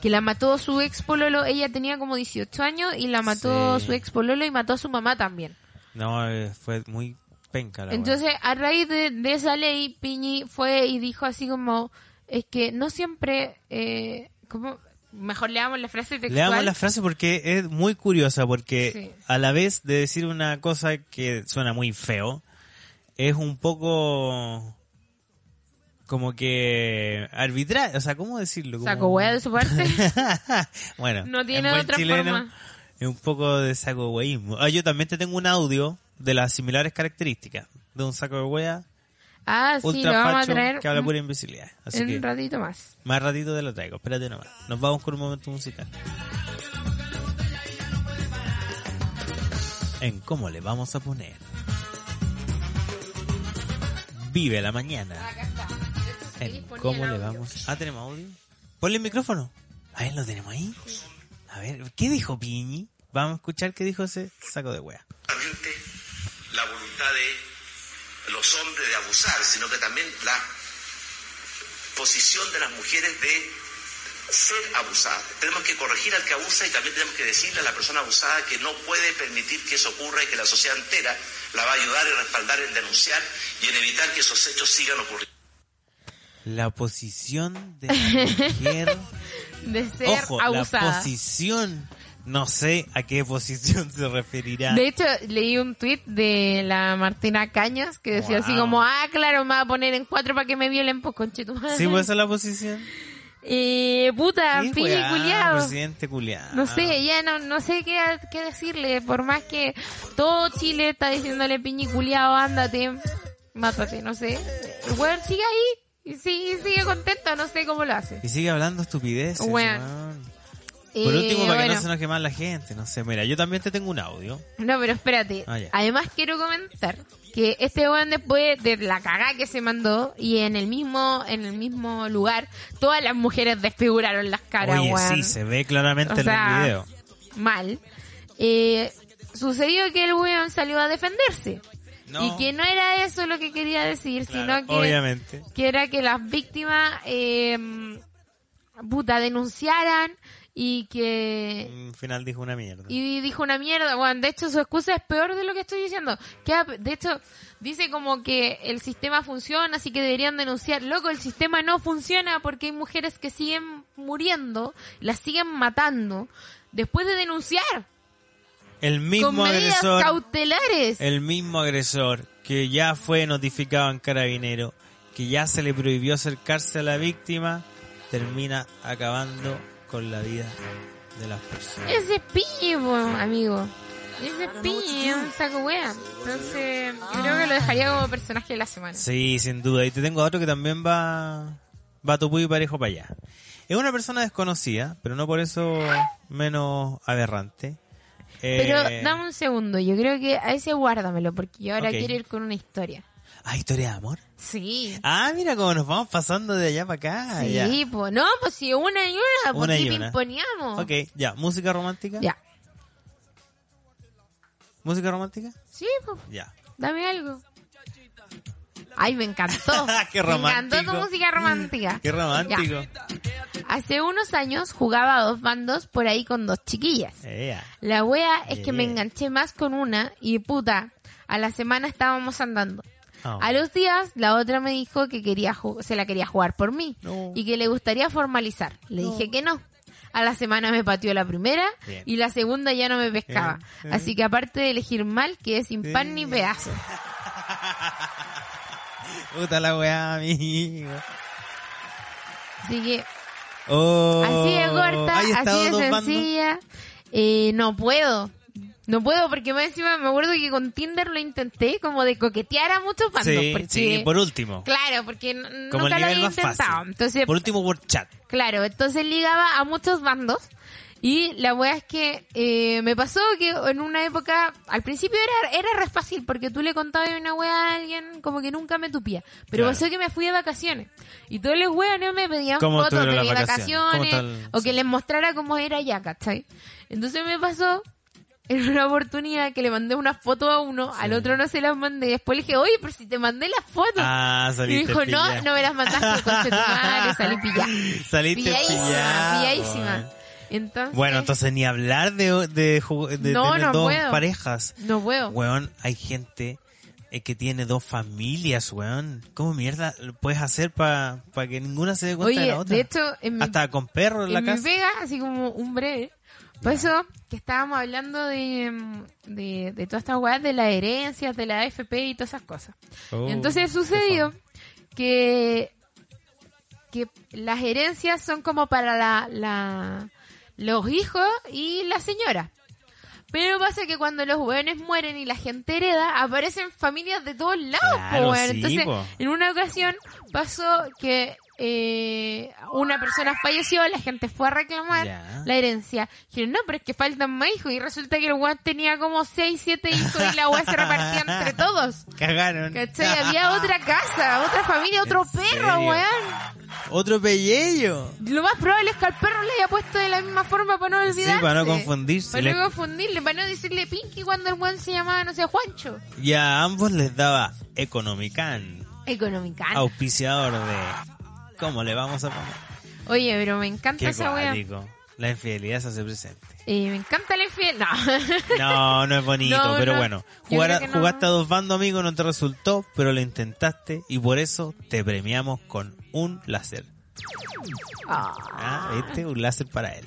Speaker 2: que la mató su ex pololo. Ella tenía como 18 años y la mató
Speaker 1: Sí.
Speaker 2: su ex pololo y mató a su mamá también.
Speaker 1: no, eh, fue muy penca la hueá.
Speaker 2: Entonces, a raíz de, de esa ley, Piñi fue y dijo así como, es que no siempre, eh, como, mejor leamos la frase textual.
Speaker 1: Leamos la frase porque es muy curiosa, porque
Speaker 2: Sí.
Speaker 1: a la vez de decir una cosa que suena muy feo, es un poco como que arbitrar, o sea, ¿cómo decirlo? Como-
Speaker 2: Saco hueá de su parte.
Speaker 1: bueno,
Speaker 2: No
Speaker 1: en
Speaker 2: tiene
Speaker 1: buen
Speaker 2: otra forma.
Speaker 1: Es un poco de saco hueísmo. Ah, yo también te tengo un audio de las similares características de un saco de hueá
Speaker 2: Ah, sí, lo
Speaker 1: ultra
Speaker 2: vamos a
Speaker 1: facho
Speaker 2: traer
Speaker 1: que habla
Speaker 2: un-
Speaker 1: pura invisibilidad. Así
Speaker 2: en
Speaker 1: que
Speaker 2: un ratito más.
Speaker 1: más ratito te lo traigo. Espérate nomás. Nos vamos con un momento musical. En cómo le vamos a poner. Vive la mañana. En cómo le vamos. Ah, tenemos audio. Ponle el micrófono. A ver, lo tenemos ahí. A ver, ¿qué dijo Piñi? Vamos a escuchar qué dijo ese saco de wea.
Speaker 3: solamente la voluntad de los hombres de abusar, sino que también la posición de las mujeres de ser abusadas. Tenemos que corregir al que abusa y también tenemos que decirle a la persona abusada que no puede permitir que eso ocurra y que la sociedad entera la va a ayudar y respaldar en denunciar y en evitar que esos hechos sigan ocurriendo.
Speaker 1: La posición de la mujer.
Speaker 2: De ser
Speaker 1: Ojo, la
Speaker 2: abusada.
Speaker 1: posición. No sé a qué posición se referirá.
Speaker 2: De hecho, leí un tweet de la Martina Cañas que decía así
Speaker 1: Wow.
Speaker 2: como, ah, claro, me va a poner en cuatro para que me violen, pues conchetumadre.
Speaker 1: ¿Sí puede ser la posición?
Speaker 2: Eh, puta,
Speaker 1: Sí,
Speaker 2: piñi
Speaker 1: weá, pues
Speaker 2: culiao.
Speaker 1: presidente culiao.
Speaker 2: No sé, ya no, no sé qué, qué decirle, por más que todo Chile está diciéndole piñiculeado, ándate, mátate, no sé. El weón sigue ahí y sigue, y sigue contento, no sé cómo lo hace.
Speaker 1: Y sigue hablando estupideces.
Speaker 2: Weá.
Speaker 1: weón.
Speaker 2: Eh,
Speaker 1: Por último, para que
Speaker 2: bueno.
Speaker 1: no se enoje más la gente. No sé, mira, yo también te tengo un audio.
Speaker 2: No, pero espérate.
Speaker 1: Ah, ya.
Speaker 2: Además quiero comentar que este weón después de la cagada que se mandó y en el mismo en el mismo lugar, todas las mujeres desfiguraron las caras,
Speaker 1: Oye,
Speaker 2: weón.
Speaker 1: sí, se ve claramente
Speaker 2: O
Speaker 1: en
Speaker 2: sea,
Speaker 1: el video.
Speaker 2: mal, eh, sucedió que el weón salió a defenderse.
Speaker 1: No.
Speaker 2: Y que no era eso lo que quería decir,
Speaker 1: Claro,
Speaker 2: sino que,
Speaker 1: Obviamente.
Speaker 2: que era que las víctimas, eh, puta, denunciaran y que...
Speaker 1: Al final dijo una mierda.
Speaker 2: Y dijo una mierda, weón. De hecho, su excusa es peor de lo que estoy diciendo. Que, ah, de hecho, dice como que el sistema funciona, así que deberían denunciar. Loco, el sistema no funciona porque hay mujeres que siguen muriendo, las siguen matando, después de denunciar.
Speaker 1: El
Speaker 2: Con
Speaker 1: mismo
Speaker 2: medidas
Speaker 1: agresor.
Speaker 2: cautelares.
Speaker 1: El mismo agresor que ya fue notificado en carabinero, que ya se le prohibió acercarse a la víctima, termina acabando con la vida de las personas.
Speaker 2: Ese es piñe, po, amigo. Ese es piñe, es un saco wea. Entonces, creo que lo dejaría como personaje de la semana.
Speaker 1: Sí, sin duda. Y te tengo otro que también va, va tu y parejo para allá. Es una persona desconocida, pero no por eso menos aberrante. Eh,
Speaker 2: Pero dame un segundo, yo creo que a ese guárdamelo, porque yo ahora
Speaker 1: Ok.
Speaker 2: quiero ir con una historia.
Speaker 1: Ah, historia de amor.
Speaker 2: Sí.
Speaker 1: Ah, mira cómo nos vamos pasando de allá para acá.
Speaker 2: sí,
Speaker 1: Ah, ya.
Speaker 2: pues no, pues si una y una,
Speaker 1: Una
Speaker 2: porque
Speaker 1: y una.
Speaker 2: pimponeamos.
Speaker 1: Ok, ya. ¿Música romántica?
Speaker 2: Ya.
Speaker 1: ¿Música romántica?
Speaker 2: Sí, pues,
Speaker 1: Ya.
Speaker 2: dame algo. Ay, me encantó.
Speaker 1: Ah, Qué
Speaker 2: Me encantó
Speaker 1: romántico.
Speaker 2: tu música romántica.
Speaker 1: Qué romántico.
Speaker 2: Hace unos años jugaba a dos bandos por ahí con dos chiquillas.
Speaker 1: Eh, ya.
Speaker 2: La wea es que me
Speaker 1: Yeah.
Speaker 2: enganché más con una y puta, a la semana estábamos andando.
Speaker 1: Ah.
Speaker 2: A los días, la otra me dijo que quería ju- se la quería jugar por mí
Speaker 1: No.
Speaker 2: y que le gustaría formalizar. Le dije que no. A la semana me pateó la primera
Speaker 1: Bien.
Speaker 2: y la segunda ya no me pescaba.
Speaker 1: Bien.
Speaker 2: Así que aparte de elegir mal, quedé sin pan ni
Speaker 1: Sí.
Speaker 2: pedazo.
Speaker 1: Puta la weá, amigo.
Speaker 2: Así que
Speaker 1: Oh,
Speaker 2: así de corta,
Speaker 1: ¿hay estado
Speaker 2: así de
Speaker 1: dos bandos?
Speaker 2: sencilla. Eh, no puedo. No puedo porque más encima me acuerdo que con Tinder lo intenté como de coquetear a muchos bandos.
Speaker 1: Sí,
Speaker 2: porque,
Speaker 1: sí, por último.
Speaker 2: Claro, porque n-
Speaker 1: Como
Speaker 2: nunca
Speaker 1: el
Speaker 2: lo
Speaker 1: nivel
Speaker 2: había
Speaker 1: más
Speaker 2: intentado.
Speaker 1: fácil.
Speaker 2: Entonces,
Speaker 1: Por último, word chat.
Speaker 2: Claro, entonces ligaba a muchos bandos y la wea es que eh, me pasó que en una época, al principio era, era re fácil porque tú le contabas una wea a alguien como que nunca me tupía, pero
Speaker 1: Claro.
Speaker 2: pasó que me fui de vacaciones y todos los weones me pedían
Speaker 1: ¿Cómo
Speaker 2: fotos de
Speaker 1: estuvieron
Speaker 2: mis
Speaker 1: las vacaciones?
Speaker 2: vacaciones,
Speaker 1: ¿Cómo tal?
Speaker 2: o que les mostrara cómo era ya, ¿cachai? Entonces me pasó en una oportunidad que le mandé una foto a uno, al otro no se las mandé, después le dije, oye, pero si te mandé las fotos.
Speaker 1: Ah,
Speaker 2: y me
Speaker 1: saliste
Speaker 2: dijo, no,
Speaker 1: pillada.
Speaker 2: no me las mandaste, conche tu madre, salí pillada.
Speaker 1: Saliste pillada,
Speaker 2: Pilladísima, pilladísima.
Speaker 1: weón.
Speaker 2: Entonces,
Speaker 1: Bueno, entonces ni hablar de, de, ju- de
Speaker 2: No,
Speaker 1: tener
Speaker 2: no
Speaker 1: dos
Speaker 2: puedo.
Speaker 1: parejas.
Speaker 2: No puedo.
Speaker 1: Weón, hay gente eh, que tiene dos familias, weón. ¿Cómo mierda lo puedes hacer para que ninguna se dé cuenta de
Speaker 2: Oye,
Speaker 1: la otra?
Speaker 2: de hecho, en mi,
Speaker 1: Hasta con perros en la
Speaker 2: en mi
Speaker 1: casa.
Speaker 2: pega, así como un breve, por eso que estábamos hablando de, mm, de, de todas estas weas, de las herencias, de la AFP y todas esas cosas.
Speaker 1: Oh,
Speaker 2: Entonces
Speaker 1: qué
Speaker 2: sucedió
Speaker 1: fome.
Speaker 2: que, que las herencias son como para la, la- los hijos y la señora. Pero pasa que cuando los hueones mueren y la gente hereda, aparecen familias de todos lados. po,
Speaker 1: Claro,
Speaker 2: hueón.
Speaker 1: sí,
Speaker 2: Entonces,
Speaker 1: po.
Speaker 2: en una ocasión pasó que eh, una persona falleció, la gente fue a reclamar
Speaker 1: Ya.
Speaker 2: la herencia. Dijeron, no, pero es que faltan más hijos. Y resulta que el hueón tenía como 6, 7 hijos y la hueá se repartía entre todos.
Speaker 1: Cagaron.
Speaker 2: ¿Cachai? Había otra casa, otra familia, otro
Speaker 1: ¿En
Speaker 2: perro,
Speaker 1: serio?
Speaker 2: weón.
Speaker 1: Otro pellejo.
Speaker 2: Lo más probable es que al perro le haya puesto de la misma forma para no
Speaker 1: Sí,
Speaker 2: olvidarse.
Speaker 1: para no confundirse.
Speaker 2: Para
Speaker 1: Le-
Speaker 2: no confundirle, para no decirle Pinky cuando el weón se llamaba, no sé, Juancho.
Speaker 1: Y a ambos les daba Economican,
Speaker 2: Economicano.
Speaker 1: auspiciador de... ¿Cómo le vamos a poner?
Speaker 2: Oye, pero me
Speaker 1: Qué
Speaker 2: encanta esa weá.
Speaker 1: cuático. La infidelidad se hace presente.
Speaker 2: Eh, me encanta la infiel. No.
Speaker 1: No, no es bonito,
Speaker 2: No,
Speaker 1: pero
Speaker 2: no.
Speaker 1: bueno.
Speaker 2: Yo
Speaker 1: Jugar a-
Speaker 2: creo que no.
Speaker 1: Jugaste a dos bandos, amigo, no te resultó, pero lo intentaste y por eso te premiamos con un láser.
Speaker 2: Ah.
Speaker 1: Ah, este, un láser para él.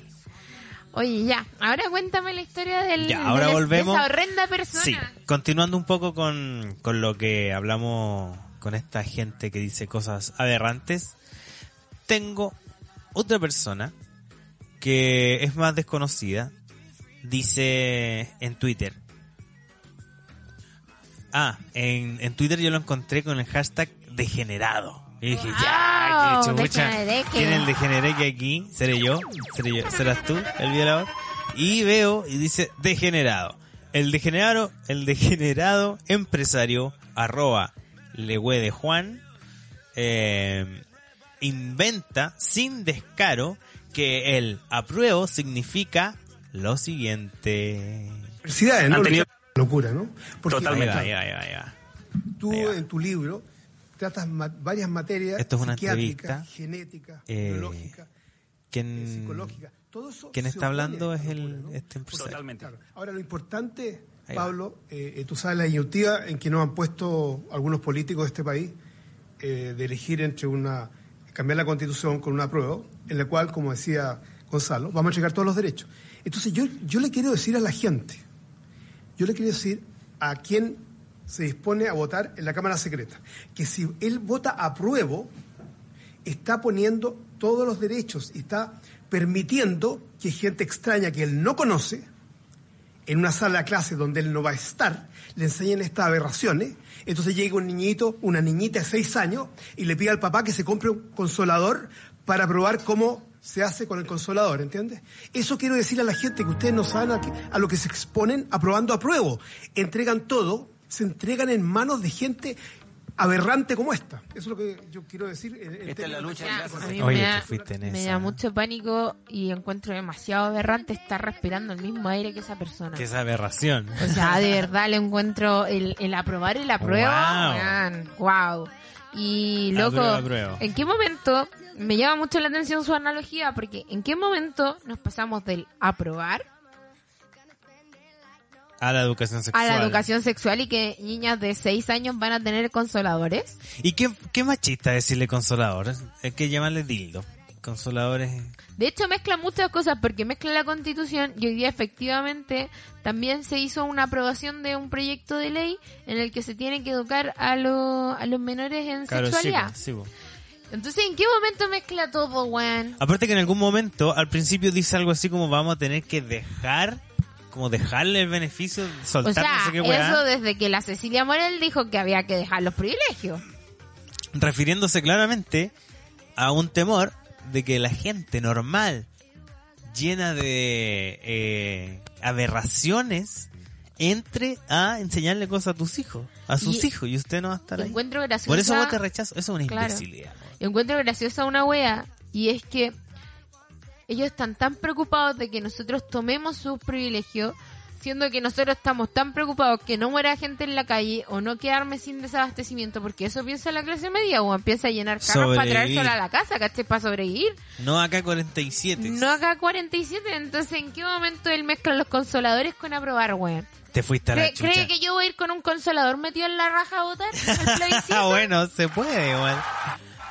Speaker 2: Oye, ya. Ahora cuéntame la historia del,
Speaker 1: Ya, ahora
Speaker 2: de la- de
Speaker 1: volvemos.
Speaker 2: esa horrenda persona.
Speaker 1: Sí, continuando un poco con, con lo que hablamos con esta gente que dice cosas aberrantes, tengo otra persona que es más desconocida, dice en Twitter. Ah, en, en Twitter yo lo encontré con el hashtag degenerado. Y dije, ya,
Speaker 2: Wow,
Speaker 1: que chucha,
Speaker 2: degeneré que-
Speaker 1: ¿quién es el degeneré que aquí? ¿Seré yo? ¿Seré yo? ¿Serás tú el violador? Y veo y dice degenerado. El degenerado, el degenerado empresario, arroba, lehue de Juan, eh, inventa sin descaro que el apruebo significa lo siguiente.
Speaker 4: universidades, ¿no?
Speaker 5: Han tenido-
Speaker 4: Locura, ¿no? Porque
Speaker 1: Ahí
Speaker 5: Totalmente.
Speaker 1: va, ahí va, ahí va, ahí va.
Speaker 4: tú
Speaker 1: Ahí va.
Speaker 4: en tu libro tratas ma- varias materias
Speaker 1: Esto es una
Speaker 4: psiquiátricas,
Speaker 1: entrevista.
Speaker 4: genética,
Speaker 1: Eh,
Speaker 4: biológica, eh,
Speaker 1: ¿Quién,
Speaker 4: psicológica. Todo eso
Speaker 1: quien
Speaker 4: se
Speaker 1: está
Speaker 4: opone a
Speaker 1: hablando es
Speaker 4: esta
Speaker 1: el
Speaker 4: locura, ¿no?
Speaker 1: este empresario?
Speaker 5: Totalmente.
Speaker 4: Claro. Ahora, lo importante,
Speaker 1: Ahí va.
Speaker 4: Pablo, eh, eh, tú sabes la disyuntiva en que nos han puesto algunos políticos de este país eh, de elegir entre una cambiar la constitución con una prueba, en la cual, como decía Gonzalo, vamos a entregar todos los derechos. Entonces, yo, yo le quiero decir a la gente, yo le quiero decir a quien se dispone a votar en la Cámara Secreta, que si él vota a prueba, está poniendo todos los derechos y está permitiendo que gente extraña que él no conoce, en una sala de clase donde él no va a estar, le enseñen estas aberraciones. Entonces llega un niñito, una niñita de seis años, y le pide al papá que se compre un consolador para probar cómo se hace con el consolador, ¿entiendes? Eso quiero decir a la gente que ustedes no saben a, qué- a lo que se exponen aprobando a prueba. Entregan todo, se entregan en manos de gente aberrante como esta. Eso es lo que yo quiero decir. en- en
Speaker 5: Esta es la
Speaker 4: términos-
Speaker 5: lucha
Speaker 2: Ya,
Speaker 5: gracias.
Speaker 2: Ah, a mí
Speaker 1: Oye,
Speaker 2: me,
Speaker 1: que
Speaker 2: da,
Speaker 1: fuiste en
Speaker 2: me
Speaker 1: esa,
Speaker 2: da
Speaker 1: ¿eh?
Speaker 2: mucho pánico y encuentro demasiado aberrante estar respirando el mismo aire que esa persona.
Speaker 1: Que esa aberración.
Speaker 2: O sea, de verdad le encuentro el, el aprobar y la
Speaker 1: Wow.
Speaker 2: prueba. weón, wow. Y
Speaker 1: La
Speaker 2: loco,
Speaker 1: prueba, prueba.
Speaker 2: ¿en qué momento me llama mucho la atención su analogía? Porque ¿en qué momento nos pasamos del aprobar
Speaker 1: A la educación
Speaker 2: a
Speaker 1: sexual.
Speaker 2: la educación sexual y que niñas de 6 años van a tener consoladores?
Speaker 1: ¿Y qué, qué machista decirle consolador? Es que llamarle dildo. Consoladores.
Speaker 2: De hecho, mezcla muchas cosas porque mezcla la constitución y hoy día efectivamente también se hizo una aprobación de un proyecto de ley en el que se tiene que educar a, lo- a los menores en sexualidad.
Speaker 1: chicos, sí, pues. po.
Speaker 2: Entonces, ¿en qué momento mezcla todo, weón?
Speaker 1: Aparte que en algún momento, al principio dice algo así como vamos a tener que dejar, como dejarle el beneficio,
Speaker 2: O
Speaker 1: soltar
Speaker 2: sea,
Speaker 1: pues, no sé qué weá,
Speaker 2: eso desde que la Cecilia Morel dijo que había que dejar los privilegios.
Speaker 1: refiriéndose claramente a un temor de que la gente normal, llena de eh, aberraciones, entre a enseñarle cosas a tus hijos, a sus
Speaker 2: Y-
Speaker 1: hijos, y usted no va a estar ahí.
Speaker 2: Encuentro graciosa.
Speaker 1: Por eso vos te rechazo, eso es una
Speaker 2: Claro.
Speaker 1: imbecilidad. weón.
Speaker 2: encuentro graciosa una wea y es que ellos están tan preocupados de que nosotros tomemos sus privilegios, siendo que nosotros estamos tan preocupados que no muera gente en la calle o no quedarme sin desabastecimiento, porque eso piensa la clase media, o empieza a llenar carros para traer
Speaker 1: Sobrevivir.
Speaker 2: sola a la casa, ¿cachai? Para sobrevivir.
Speaker 1: No acá 47.
Speaker 2: No acá 47, entonces ¿en qué momento él mezcla los consoladores con aprobar, weón?
Speaker 1: Te fuiste a la
Speaker 2: ¿Cree,
Speaker 1: chucha.
Speaker 2: cree que yo voy a ir con un consolador metido en la raja a votar? al plebiscito?
Speaker 1: Ah, bueno, se puede igual.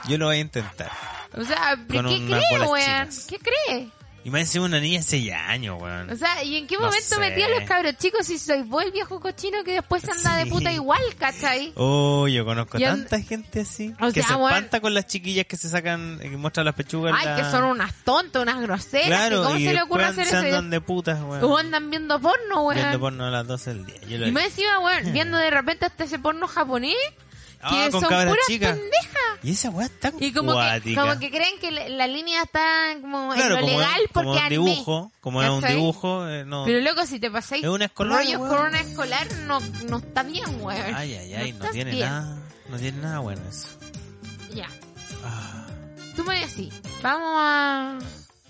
Speaker 1: Yo lo voy a intentar.
Speaker 2: O sea, ¿pero
Speaker 1: Con
Speaker 2: ¿qué
Speaker 1: unas
Speaker 2: cree,
Speaker 1: bolas
Speaker 2: weón?
Speaker 1: chinas.
Speaker 2: ¿Qué cree?
Speaker 1: Y me encima una niña hace ya años, weón.
Speaker 2: O sea, ¿y en qué
Speaker 1: No
Speaker 2: momento
Speaker 1: sé.
Speaker 2: metí a los cabros chicos si soy vos el viejo cochino que después anda de
Speaker 1: Sí.
Speaker 2: puta igual, cachai?
Speaker 1: Oh, yo conozco
Speaker 2: Y an-
Speaker 1: tanta gente así.
Speaker 2: O
Speaker 1: que
Speaker 2: sea,
Speaker 1: se
Speaker 2: weón.
Speaker 1: espanta con las chiquillas que se sacan, eh, que muestran las pechugas.
Speaker 2: Ay,
Speaker 1: la-
Speaker 2: que son unas tontas, unas groseras. que
Speaker 1: Claro,
Speaker 2: ¿Cómo
Speaker 1: y
Speaker 2: se le ocurre
Speaker 1: después
Speaker 2: hacer
Speaker 1: se
Speaker 2: eso?
Speaker 1: andan de putas, weón.
Speaker 2: O andan viendo porno,
Speaker 1: Viendo
Speaker 2: weón.
Speaker 1: porno a las 12 del día. Yo lo
Speaker 2: Y
Speaker 1: he
Speaker 2: más
Speaker 1: visto.
Speaker 2: encima, weón, viendo de repente hasta ese porno japonés,
Speaker 1: Ah,
Speaker 2: que
Speaker 1: con
Speaker 2: son
Speaker 1: cabras
Speaker 2: puras
Speaker 1: chicas.
Speaker 2: pendejas.
Speaker 1: Y esa weá es tan
Speaker 2: Y como que,
Speaker 1: cuática.
Speaker 2: como que creen que la, la línea está como
Speaker 1: claro,
Speaker 2: en lo
Speaker 1: como,
Speaker 2: legal
Speaker 1: como
Speaker 2: porque
Speaker 1: un
Speaker 2: anime.
Speaker 1: dibujo, como era un
Speaker 2: ¿cachai?
Speaker 1: dibujo, eh, no.
Speaker 2: Pero loco, si te pasáis
Speaker 1: Es una escolar,
Speaker 2: rollos
Speaker 1: weón.
Speaker 2: con una escolar, no, no está bien, weón.
Speaker 1: Ay, ay, ay, no,
Speaker 2: está
Speaker 1: tiene
Speaker 2: bien.
Speaker 1: nada, no tiene nada bueno eso.
Speaker 2: Ya.
Speaker 1: Ah,
Speaker 2: Tú me decís, vamos a,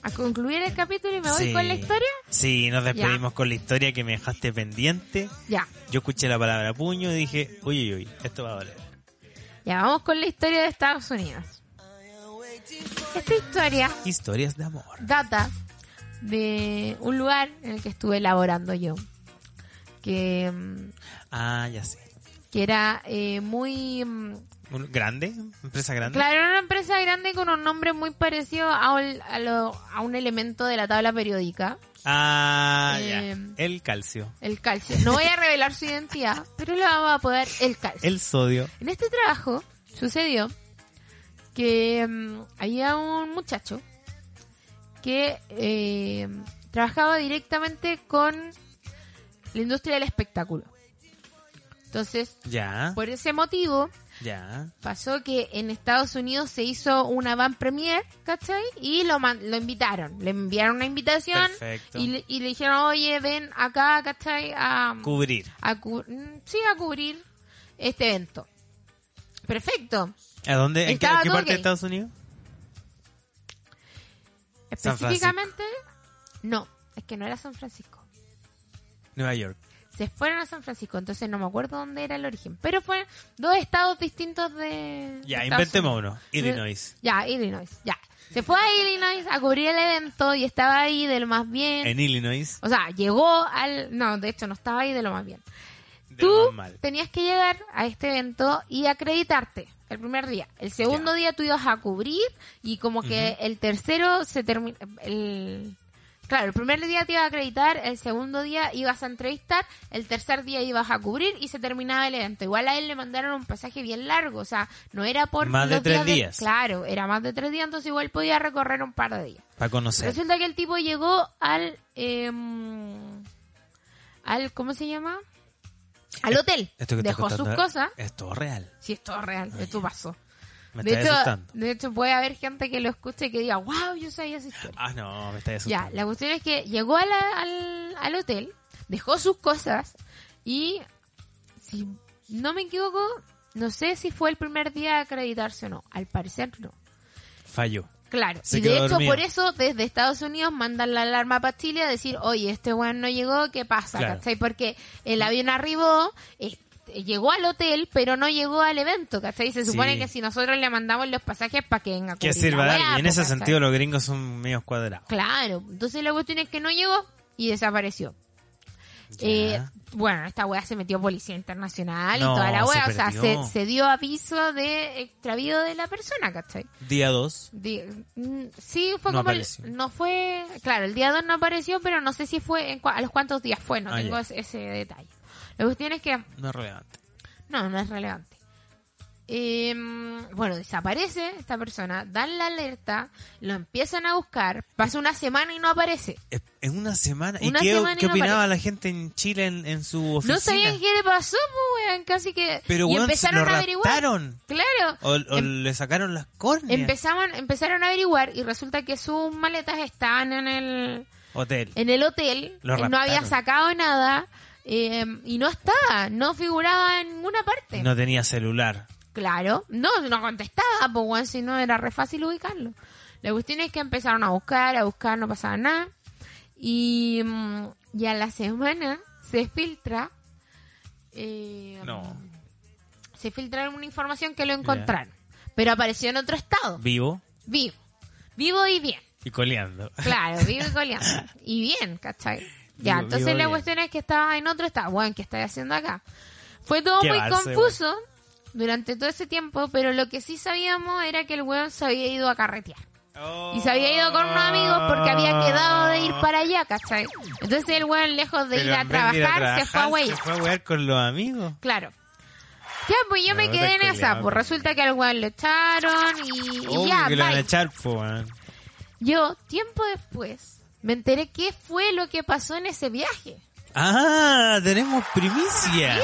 Speaker 2: a concluir el capítulo y me voy
Speaker 1: sí.
Speaker 2: con la historia.
Speaker 1: Sí, nos despedimos con la historia que me dejaste pendiente.
Speaker 2: Ya,
Speaker 1: Yo escuché la palabra puño y dije, uy, uy, uy, esto va a doler.
Speaker 2: ya vamos con la historia de Estados Unidos. Esta historia
Speaker 1: Historias de amor.
Speaker 2: data de un lugar en el que estuve laborando yo, que, mm,
Speaker 1: Ah, ya sé.
Speaker 2: que era eh, muy... mm,
Speaker 1: Un- ¿Grande? ¿Empresa grande?
Speaker 2: Claro, era una empresa grande con un nombre muy parecido a, ol- a lo- a un elemento de la tabla periódica,
Speaker 1: Ah,
Speaker 2: Eh,
Speaker 1: ya. El calcio.
Speaker 2: el calcio. No voy a revelar su identidad, pero le vamos a poder el calcio.
Speaker 1: El sodio.
Speaker 2: En este trabajo sucedió que mm, había un muchacho que eh, trabajaba directamente con la industria del espectáculo. Entonces,
Speaker 1: Ya,
Speaker 2: por ese motivo,
Speaker 1: ya.
Speaker 2: pasó que en Estados Unidos se hizo una van premier, ¿cachai? Y lo, man- lo invitaron, le enviaron una invitación
Speaker 1: Perfecto.
Speaker 2: y le, y le dijeron, oye, ven acá, ¿cachai? A,
Speaker 1: Cubrir.
Speaker 2: a cu- mm, sí, a cubrir este evento. Perfecto.
Speaker 1: ¿A dónde? ¿En qué,
Speaker 2: Estaba
Speaker 1: en qué
Speaker 2: todo
Speaker 1: parte de
Speaker 2: gay.
Speaker 1: Estados Unidos? San Francisco.
Speaker 2: Específicamente, no, es que no era San Francisco.
Speaker 1: Nueva York.
Speaker 2: Se fueron a San Francisco, entonces no me acuerdo dónde era el origen. Pero fueron dos estados distintos de.
Speaker 1: Ya,
Speaker 2: de Estados
Speaker 1: inventemos
Speaker 2: Unidos.
Speaker 1: uno. Illinois.
Speaker 2: Ya, Illinois, ya. Se fue a Illinois a cubrir el evento y estaba ahí de lo más bien.
Speaker 1: En Illinois.
Speaker 2: O sea, llegó al. No, de hecho, no estaba ahí de lo más bien.
Speaker 1: de lo
Speaker 2: Tú
Speaker 1: más mal.
Speaker 2: tenías que llegar a este evento y acreditarte el primer día. El segundo
Speaker 1: Ya.
Speaker 2: día tú ibas a cubrir y como que el tercero se termina... El... Claro, el primer día te ibas a acreditar, el segundo día ibas a entrevistar, el tercer día ibas a cubrir y se terminaba el evento. Igual a él le mandaron un pasaje bien largo, o sea, no era por...
Speaker 1: Más de
Speaker 2: los
Speaker 1: tres
Speaker 2: del-
Speaker 1: días.
Speaker 2: Claro, era más de tres días, entonces igual podía recorrer un par de días.
Speaker 1: Para conocer.
Speaker 2: Resulta que el tipo llegó al. em, al ¿Cómo se llama? Al hotel.
Speaker 1: Esto que te
Speaker 2: Dejó
Speaker 1: estoy
Speaker 2: sus
Speaker 1: contando
Speaker 2: cosas.
Speaker 1: Es todo real.
Speaker 2: Si es todo real, esto pasó.
Speaker 1: Me
Speaker 2: de,
Speaker 1: estáis
Speaker 2: hecho,
Speaker 1: asustando.
Speaker 2: de hecho, puede haber gente que lo escuche y que diga, wow, yo sabía esa historia.
Speaker 1: Ah, no, me estáis
Speaker 2: Ya,
Speaker 1: asustando.
Speaker 2: la cuestión es que llegó a la- al, al hotel, dejó sus cosas y, si no me equivoco, no sé si fue el primer día de acreditarse o no. Al parecer no.
Speaker 1: Falló.
Speaker 2: Claro,
Speaker 1: Se
Speaker 2: y de
Speaker 1: quedó
Speaker 2: hecho
Speaker 1: dormido.
Speaker 2: por eso desde Estados Unidos mandan la alarma para Chile a decir, oye, este weón no llegó, ¿qué pasa?
Speaker 1: Claro.
Speaker 2: ¿Cachai? Porque el avión arribó, eh, llegó al hotel, pero no llegó al evento, ¿cachai? Se supone
Speaker 1: Sí.
Speaker 2: que si nosotros le mandamos los pasajes para que venga a
Speaker 1: Que
Speaker 2: cubrir la
Speaker 1: sirva de
Speaker 2: weá,
Speaker 1: algo. Y en
Speaker 2: pues,
Speaker 1: ese
Speaker 2: ¿cachai?
Speaker 1: sentido los gringos son medios cuadrados.
Speaker 2: Claro, entonces la cuestión es que no llegó y desapareció.
Speaker 1: Ya.
Speaker 2: Eh, bueno, esta weá se metió Policía Internacional
Speaker 1: No,
Speaker 2: y toda la
Speaker 1: se
Speaker 2: weá, o sea, se,
Speaker 1: perdió.
Speaker 2: se dio aviso de extravío de la persona, ¿cachai?
Speaker 1: Día 2.
Speaker 2: Di- mm, sí, fue
Speaker 1: No
Speaker 2: como. el-
Speaker 1: apareció.
Speaker 2: no fue. Claro, el día 2 no apareció, pero no sé si fue. en cua- a los cuántos días fue, no
Speaker 1: Ah,
Speaker 2: tengo
Speaker 1: ya.
Speaker 2: ese, ese detalle. La cuestión es que.
Speaker 1: No es relevante.
Speaker 2: No, no es relevante. Eh, bueno, desaparece esta persona, dan la alerta, lo empiezan a buscar, pasa una semana y no aparece.
Speaker 1: Es- En una semana.
Speaker 2: Una
Speaker 1: ¿Y qué,
Speaker 2: semana y
Speaker 1: qué
Speaker 2: no
Speaker 1: opinaba
Speaker 2: aparece.
Speaker 1: la gente en Chile en, en su oficina?
Speaker 2: No sabían qué le pasó, pues, weón, casi que.
Speaker 1: Pero
Speaker 2: y
Speaker 1: weón,
Speaker 2: empezaron
Speaker 1: lo
Speaker 2: a averiguar.
Speaker 1: raptaron. Oh,
Speaker 2: Claro.
Speaker 1: O, o
Speaker 2: Em-
Speaker 1: le sacaron las córneas.
Speaker 2: empezaban, empezaron a averiguar y resulta que sus maletas estaban en el.
Speaker 1: Hotel.
Speaker 2: en el hotel,
Speaker 1: Lo
Speaker 2: él no había
Speaker 1: raptaron.
Speaker 2: sacado nada eh, y no estaba, no figuraba en ninguna parte.
Speaker 1: No tenía celular.
Speaker 2: Claro, no, no contestaba, pues bueno, si no era re fácil ubicarlo. La cuestión es que empezaron a buscar, a buscar, no pasaba nada. Y, mm, y a la semana se filtra. eh,
Speaker 1: No.
Speaker 2: Se filtra una información que lo encontraron. Pero apareció en otro estado,
Speaker 1: Vivo
Speaker 2: vivo. Vivo y bien.
Speaker 1: y coleando.
Speaker 2: Claro, vive coleando. Y bien, ¿cachai? Ya,
Speaker 1: Vivo-
Speaker 2: entonces
Speaker 1: vivo
Speaker 2: la
Speaker 1: bien.
Speaker 2: cuestión es que estaba en otro estado. Bueno, ¿qué estáis haciendo acá? Fue todo
Speaker 1: Qué
Speaker 2: muy
Speaker 1: valse,
Speaker 2: confuso durante todo ese tiempo, pero lo que sí sabíamos era que el weón se había ido a carretear. Y se había ido con unos amigos porque había quedado de ir para allá, ¿cachai? Entonces el weón, lejos de, ir a, trabajar, se fue a
Speaker 1: huellar.
Speaker 2: huella.
Speaker 1: Se fue a huear con los amigos.
Speaker 2: Claro. Ya, pues yo me
Speaker 1: No,
Speaker 2: quedé en
Speaker 1: está
Speaker 2: esa.
Speaker 1: culiao,
Speaker 2: Pues
Speaker 1: pues.
Speaker 2: resulta que al weón lo echaron y, y
Speaker 1: Obvio
Speaker 2: ya,
Speaker 1: que lo van a
Speaker 2: bye.
Speaker 1: echar, po, weón.
Speaker 2: Yo, tiempo después, me enteré qué fue lo que pasó en ese viaje.
Speaker 1: Ah, tenemos primicia.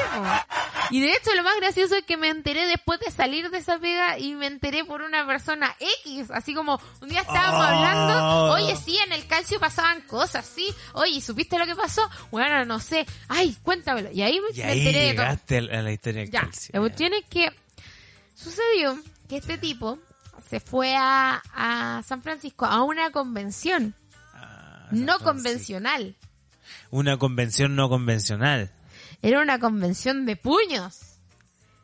Speaker 2: Y de hecho, lo más gracioso es que me enteré después de salir de esa pega y me enteré por una persona X. Así como un día estábamos
Speaker 1: Ah.
Speaker 2: hablando, oye, sí, en el calcio pasaban cosas, sí. Oye, ¿supiste lo que pasó? Bueno, no sé. Ay, cuéntamelo. Y ahí
Speaker 1: Y
Speaker 2: me
Speaker 1: ahí
Speaker 2: enteré de todo.
Speaker 1: llegaste a la historia del
Speaker 2: Ya,
Speaker 1: calcio.
Speaker 2: la cuestión es que sucedió que este tipo se fue a, a San Francisco a una convención
Speaker 1: Ah,
Speaker 2: no
Speaker 1: entonces,
Speaker 2: convencional.
Speaker 1: Una convención no convencional.
Speaker 2: Era una convención de puños.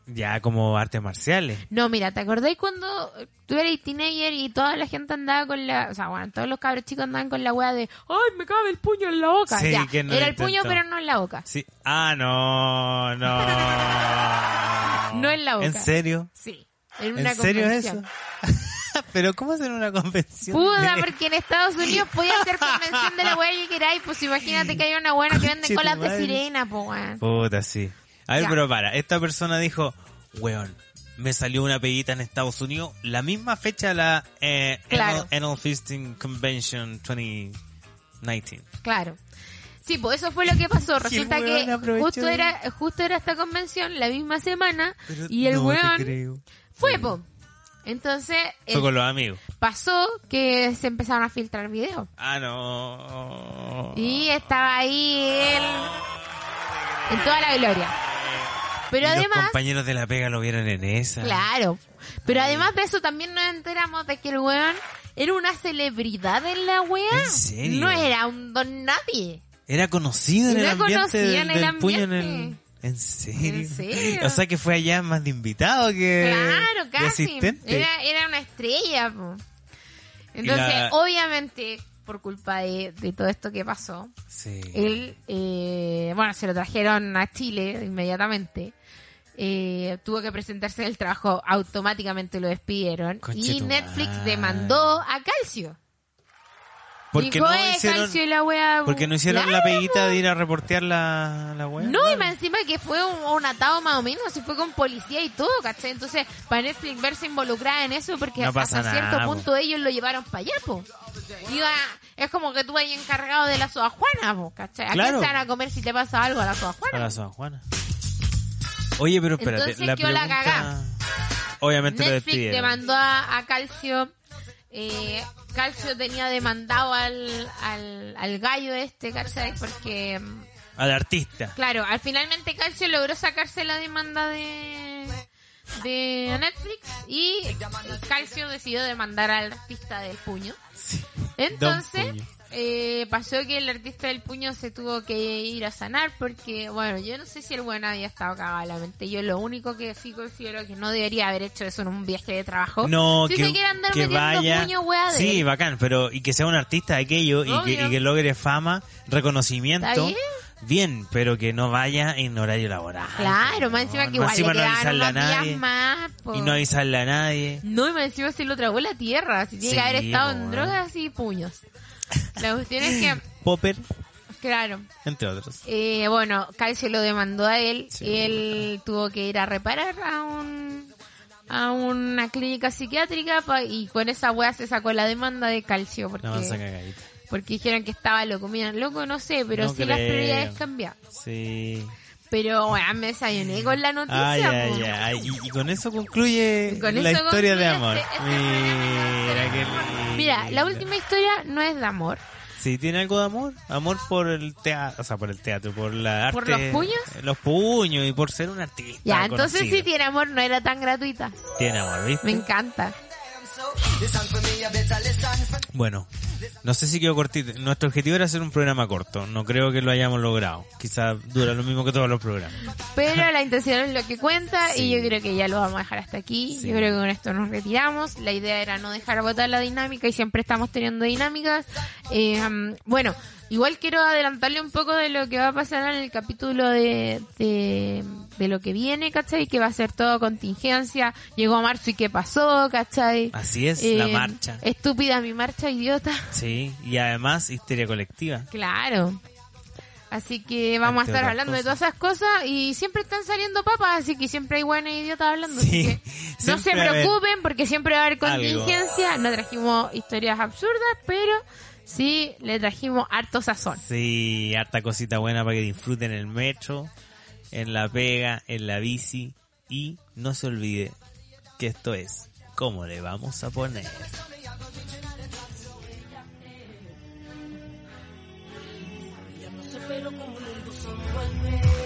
Speaker 1: Ya como artes marciales.
Speaker 2: No, mira, ¿te acordáis cuando tú eras teenager y toda la gente andaba con la... O sea, bueno, todos los cabros chicos andaban con la wea de... ¡Ay, me cabe el puño en la boca!
Speaker 1: Sí,
Speaker 2: Ya,
Speaker 1: que no
Speaker 2: era
Speaker 1: lo
Speaker 2: el puño
Speaker 1: intentó.
Speaker 2: pero no en la boca.
Speaker 1: Sí. Ah, no, no.
Speaker 2: No en la boca.
Speaker 1: ¿En serio?
Speaker 2: Sí, en
Speaker 1: ¿En
Speaker 2: una
Speaker 1: serio eso?
Speaker 2: convención.
Speaker 1: Pero ¿cómo hacer una convención?
Speaker 2: Puta,
Speaker 1: de-
Speaker 2: porque en Estados Unidos podía hacer convención de la wea que queráis. Pues imagínate que hay una buena que vende
Speaker 1: Conche tu
Speaker 2: colas de
Speaker 1: madre.
Speaker 2: sirena, po, weón.
Speaker 1: Puta, sí. A ver,
Speaker 2: Ya.
Speaker 1: pero para. Esta persona dijo, weón, me salió una peguita en Estados Unidos la misma fecha de la eh,
Speaker 2: Claro.
Speaker 1: Annual, Annual Fisting Convention 2019.
Speaker 2: Claro. Sí, pues eso fue lo que pasó. Resulta
Speaker 1: el
Speaker 2: que
Speaker 1: weón aprovechó
Speaker 2: justo
Speaker 1: de-
Speaker 2: era, justo era esta convención la misma semana
Speaker 1: Pero
Speaker 2: y el
Speaker 1: no te
Speaker 2: weón
Speaker 1: creo.
Speaker 2: fue, po. Entonces eh,
Speaker 1: Mm. Fue con los amigos.
Speaker 2: pasó que se empezaron a filtrar videos.
Speaker 1: Ah, no.
Speaker 2: Y estaba ahí él en toda la gloria. Pero
Speaker 1: Y los
Speaker 2: además,
Speaker 1: compañeros de la pega lo vieron en esa.
Speaker 2: claro. Pero además de eso también nos enteramos de que el weón era una celebridad en la wea.
Speaker 1: ¿En serio?
Speaker 2: No era un don nadie.
Speaker 1: Era conocido en
Speaker 2: Era
Speaker 1: el ambiente
Speaker 2: conocido
Speaker 1: del,
Speaker 2: en el
Speaker 1: del puño en el...
Speaker 2: ambiente.
Speaker 1: ¿En serio?
Speaker 2: ¿En serio?
Speaker 1: O sea que fue allá más de invitado que
Speaker 2: Claro,
Speaker 1: Eh, de
Speaker 2: casi.
Speaker 1: asistente.
Speaker 2: Era, era una estrella. po. Entonces,
Speaker 1: la-
Speaker 2: obviamente, por culpa de, de todo esto que pasó,
Speaker 1: Sí.
Speaker 2: él, eh, bueno, se lo trajeron a Chile inmediatamente. Eh, tuvo que presentarse en el trabajo, automáticamente lo despidieron.
Speaker 1: Conche
Speaker 2: y
Speaker 1: tu
Speaker 2: Netflix
Speaker 1: madre.
Speaker 2: demandó a Calcio.
Speaker 1: Porque
Speaker 2: Dijo,
Speaker 1: no
Speaker 2: "Eh,
Speaker 1: hicieron,
Speaker 2: Calcio y la wea, uh,
Speaker 1: porque no hicieron la
Speaker 2: claro,
Speaker 1: peguita de ir a reportear la, la wea.
Speaker 2: No, y más encima que fue un, un atado más o menos, se fue con policía y todo, ¿cachai? Entonces, para Netflix verse involucrada en eso, porque
Speaker 1: No pasa
Speaker 2: hasta
Speaker 1: nada,
Speaker 2: cierto
Speaker 1: po.
Speaker 2: punto ellos lo llevaron para allá, po. Iba, es como que tú vayas encargado de la soda Juana, po, ¿cachai? ¿A quién
Speaker 1: Claro.
Speaker 2: se van a comer si te pasa algo a la soda Juana?
Speaker 1: Para San Juana. Oye, pero espérate.
Speaker 2: Entonces
Speaker 1: la
Speaker 2: quedó la
Speaker 1: pregunta...
Speaker 2: cagá.
Speaker 1: Obviamente lo
Speaker 2: Netflix
Speaker 1: despidieron.
Speaker 2: demandó a, a Calcio. eh, Calcio tenía demandado al, al, al gallo este, ¿cachai? Porque, mm,
Speaker 1: Al artista.
Speaker 2: claro, al finalmente Calcio logró sacarse la demanda de, de Netflix y Calcio decidió demandar al artista del puño. Entonces,
Speaker 1: Don Puño.
Speaker 2: eh, pasó que el artista del puño se tuvo que ir a sanar porque, bueno, yo no sé si el bueno había estado cagado de la mente. Yo lo único que sí considero que no debería haber hecho eso en un viaje de trabajo.
Speaker 1: No,
Speaker 2: si
Speaker 1: que,
Speaker 2: se quiere andar
Speaker 1: que
Speaker 2: metiendo
Speaker 1: vaya.
Speaker 2: puño, wea de
Speaker 1: sí,
Speaker 2: él.
Speaker 1: bacán, pero y que sea un artista de aquello y que,
Speaker 2: Obvio.
Speaker 1: y que logre fama, reconocimiento.
Speaker 2: ¿Está bien?
Speaker 1: Bien, pero que no vaya en horario laboral.
Speaker 2: Claro,
Speaker 1: weón.
Speaker 2: más encima que
Speaker 1: Más encima
Speaker 2: igual le
Speaker 1: no
Speaker 2: quedaron
Speaker 1: avisarle a
Speaker 2: unos días
Speaker 1: nadie.
Speaker 2: más. po.
Speaker 1: Y no avisarle a nadie.
Speaker 2: No, y más encima se lo tragó la tierra. Si tiene
Speaker 1: Sí,
Speaker 2: que haber estado
Speaker 1: po,
Speaker 2: en
Speaker 1: weón.
Speaker 2: drogas y puños. La cuestión es que,
Speaker 1: Popper,
Speaker 2: claro,
Speaker 1: entre otros.
Speaker 2: Eh, bueno, Calcio lo demandó a él.
Speaker 1: Sí,
Speaker 2: y él tuvo que ir a reparar a un a una clínica psiquiátrica pa- y con esa weá se sacó la demanda de Calcio porque,
Speaker 1: La mansa cagadita.
Speaker 2: porque dijeron que estaba loco. Mira, loco no sé, pero
Speaker 1: No
Speaker 2: sí las
Speaker 1: creo.
Speaker 2: prioridades cambiaron.
Speaker 1: Sí.
Speaker 2: Pero weá, me desayuné con la noticia.
Speaker 1: Ay, ay,
Speaker 2: po.
Speaker 1: ay. Y, y con eso concluye
Speaker 2: Con
Speaker 1: la
Speaker 2: eso
Speaker 1: historia de
Speaker 2: concluye
Speaker 1: amor.
Speaker 2: este- este
Speaker 1: Mira,
Speaker 2: programa.
Speaker 1: qué lindo.
Speaker 2: Mira, la última historia no es de amor.
Speaker 1: Sí, tiene algo de amor. Amor por el teatro, o sea, por el teatro, por la arte.
Speaker 2: ¿Por los puños?
Speaker 1: eh, Los puños y por ser un artista.
Speaker 2: Ya, entonces
Speaker 1: conocido.
Speaker 2: si tiene amor no era tan gratuita.
Speaker 1: Tiene amor, ¿viste?
Speaker 2: Me encanta.
Speaker 1: Bueno, no sé si quedó cortito. Nuestro objetivo era hacer un programa corto. No creo que lo hayamos logrado. Quizás dura lo mismo que todos los programas.
Speaker 2: Pero la intención es lo que cuenta
Speaker 1: Sí.
Speaker 2: y yo creo que ya lo vamos a dejar hasta aquí.
Speaker 1: Sí.
Speaker 2: Yo creo que con esto nos retiramos. La idea era no dejar botar la dinámica y siempre estamos teniendo dinámicas. Eh, um, bueno, igual quiero adelantarle un poco de lo que va a pasar en el capítulo de, de, de lo que viene, ¿cachai? Que va a ser todo contingencia. Llegó marzo y qué pasó, ¿cachai?
Speaker 1: Así es, la
Speaker 2: Eh,
Speaker 1: marcha.
Speaker 2: Estúpida mi marcha, idiota.
Speaker 1: Sí, y además histeria colectiva.
Speaker 2: Claro. Así que vamos
Speaker 1: Entre
Speaker 2: a estar
Speaker 1: otras
Speaker 2: hablando de
Speaker 1: cosas.
Speaker 2: todas esas cosas y siempre están saliendo papas, así que siempre hay buenas idiotas hablando. así
Speaker 1: Sí,
Speaker 2: que no se
Speaker 1: siempre va a haber
Speaker 2: preocupen porque siempre va a haber
Speaker 1: algo.
Speaker 2: contingencia. No trajimos historias absurdas, pero sí le trajimos harto sazón.
Speaker 1: Sí, harta cosita buena para que disfruten el metro, en la pega, en la bici. Y no se olvide que esto es cómo le vamos a poner.
Speaker 5: pero como el mundo son nueve.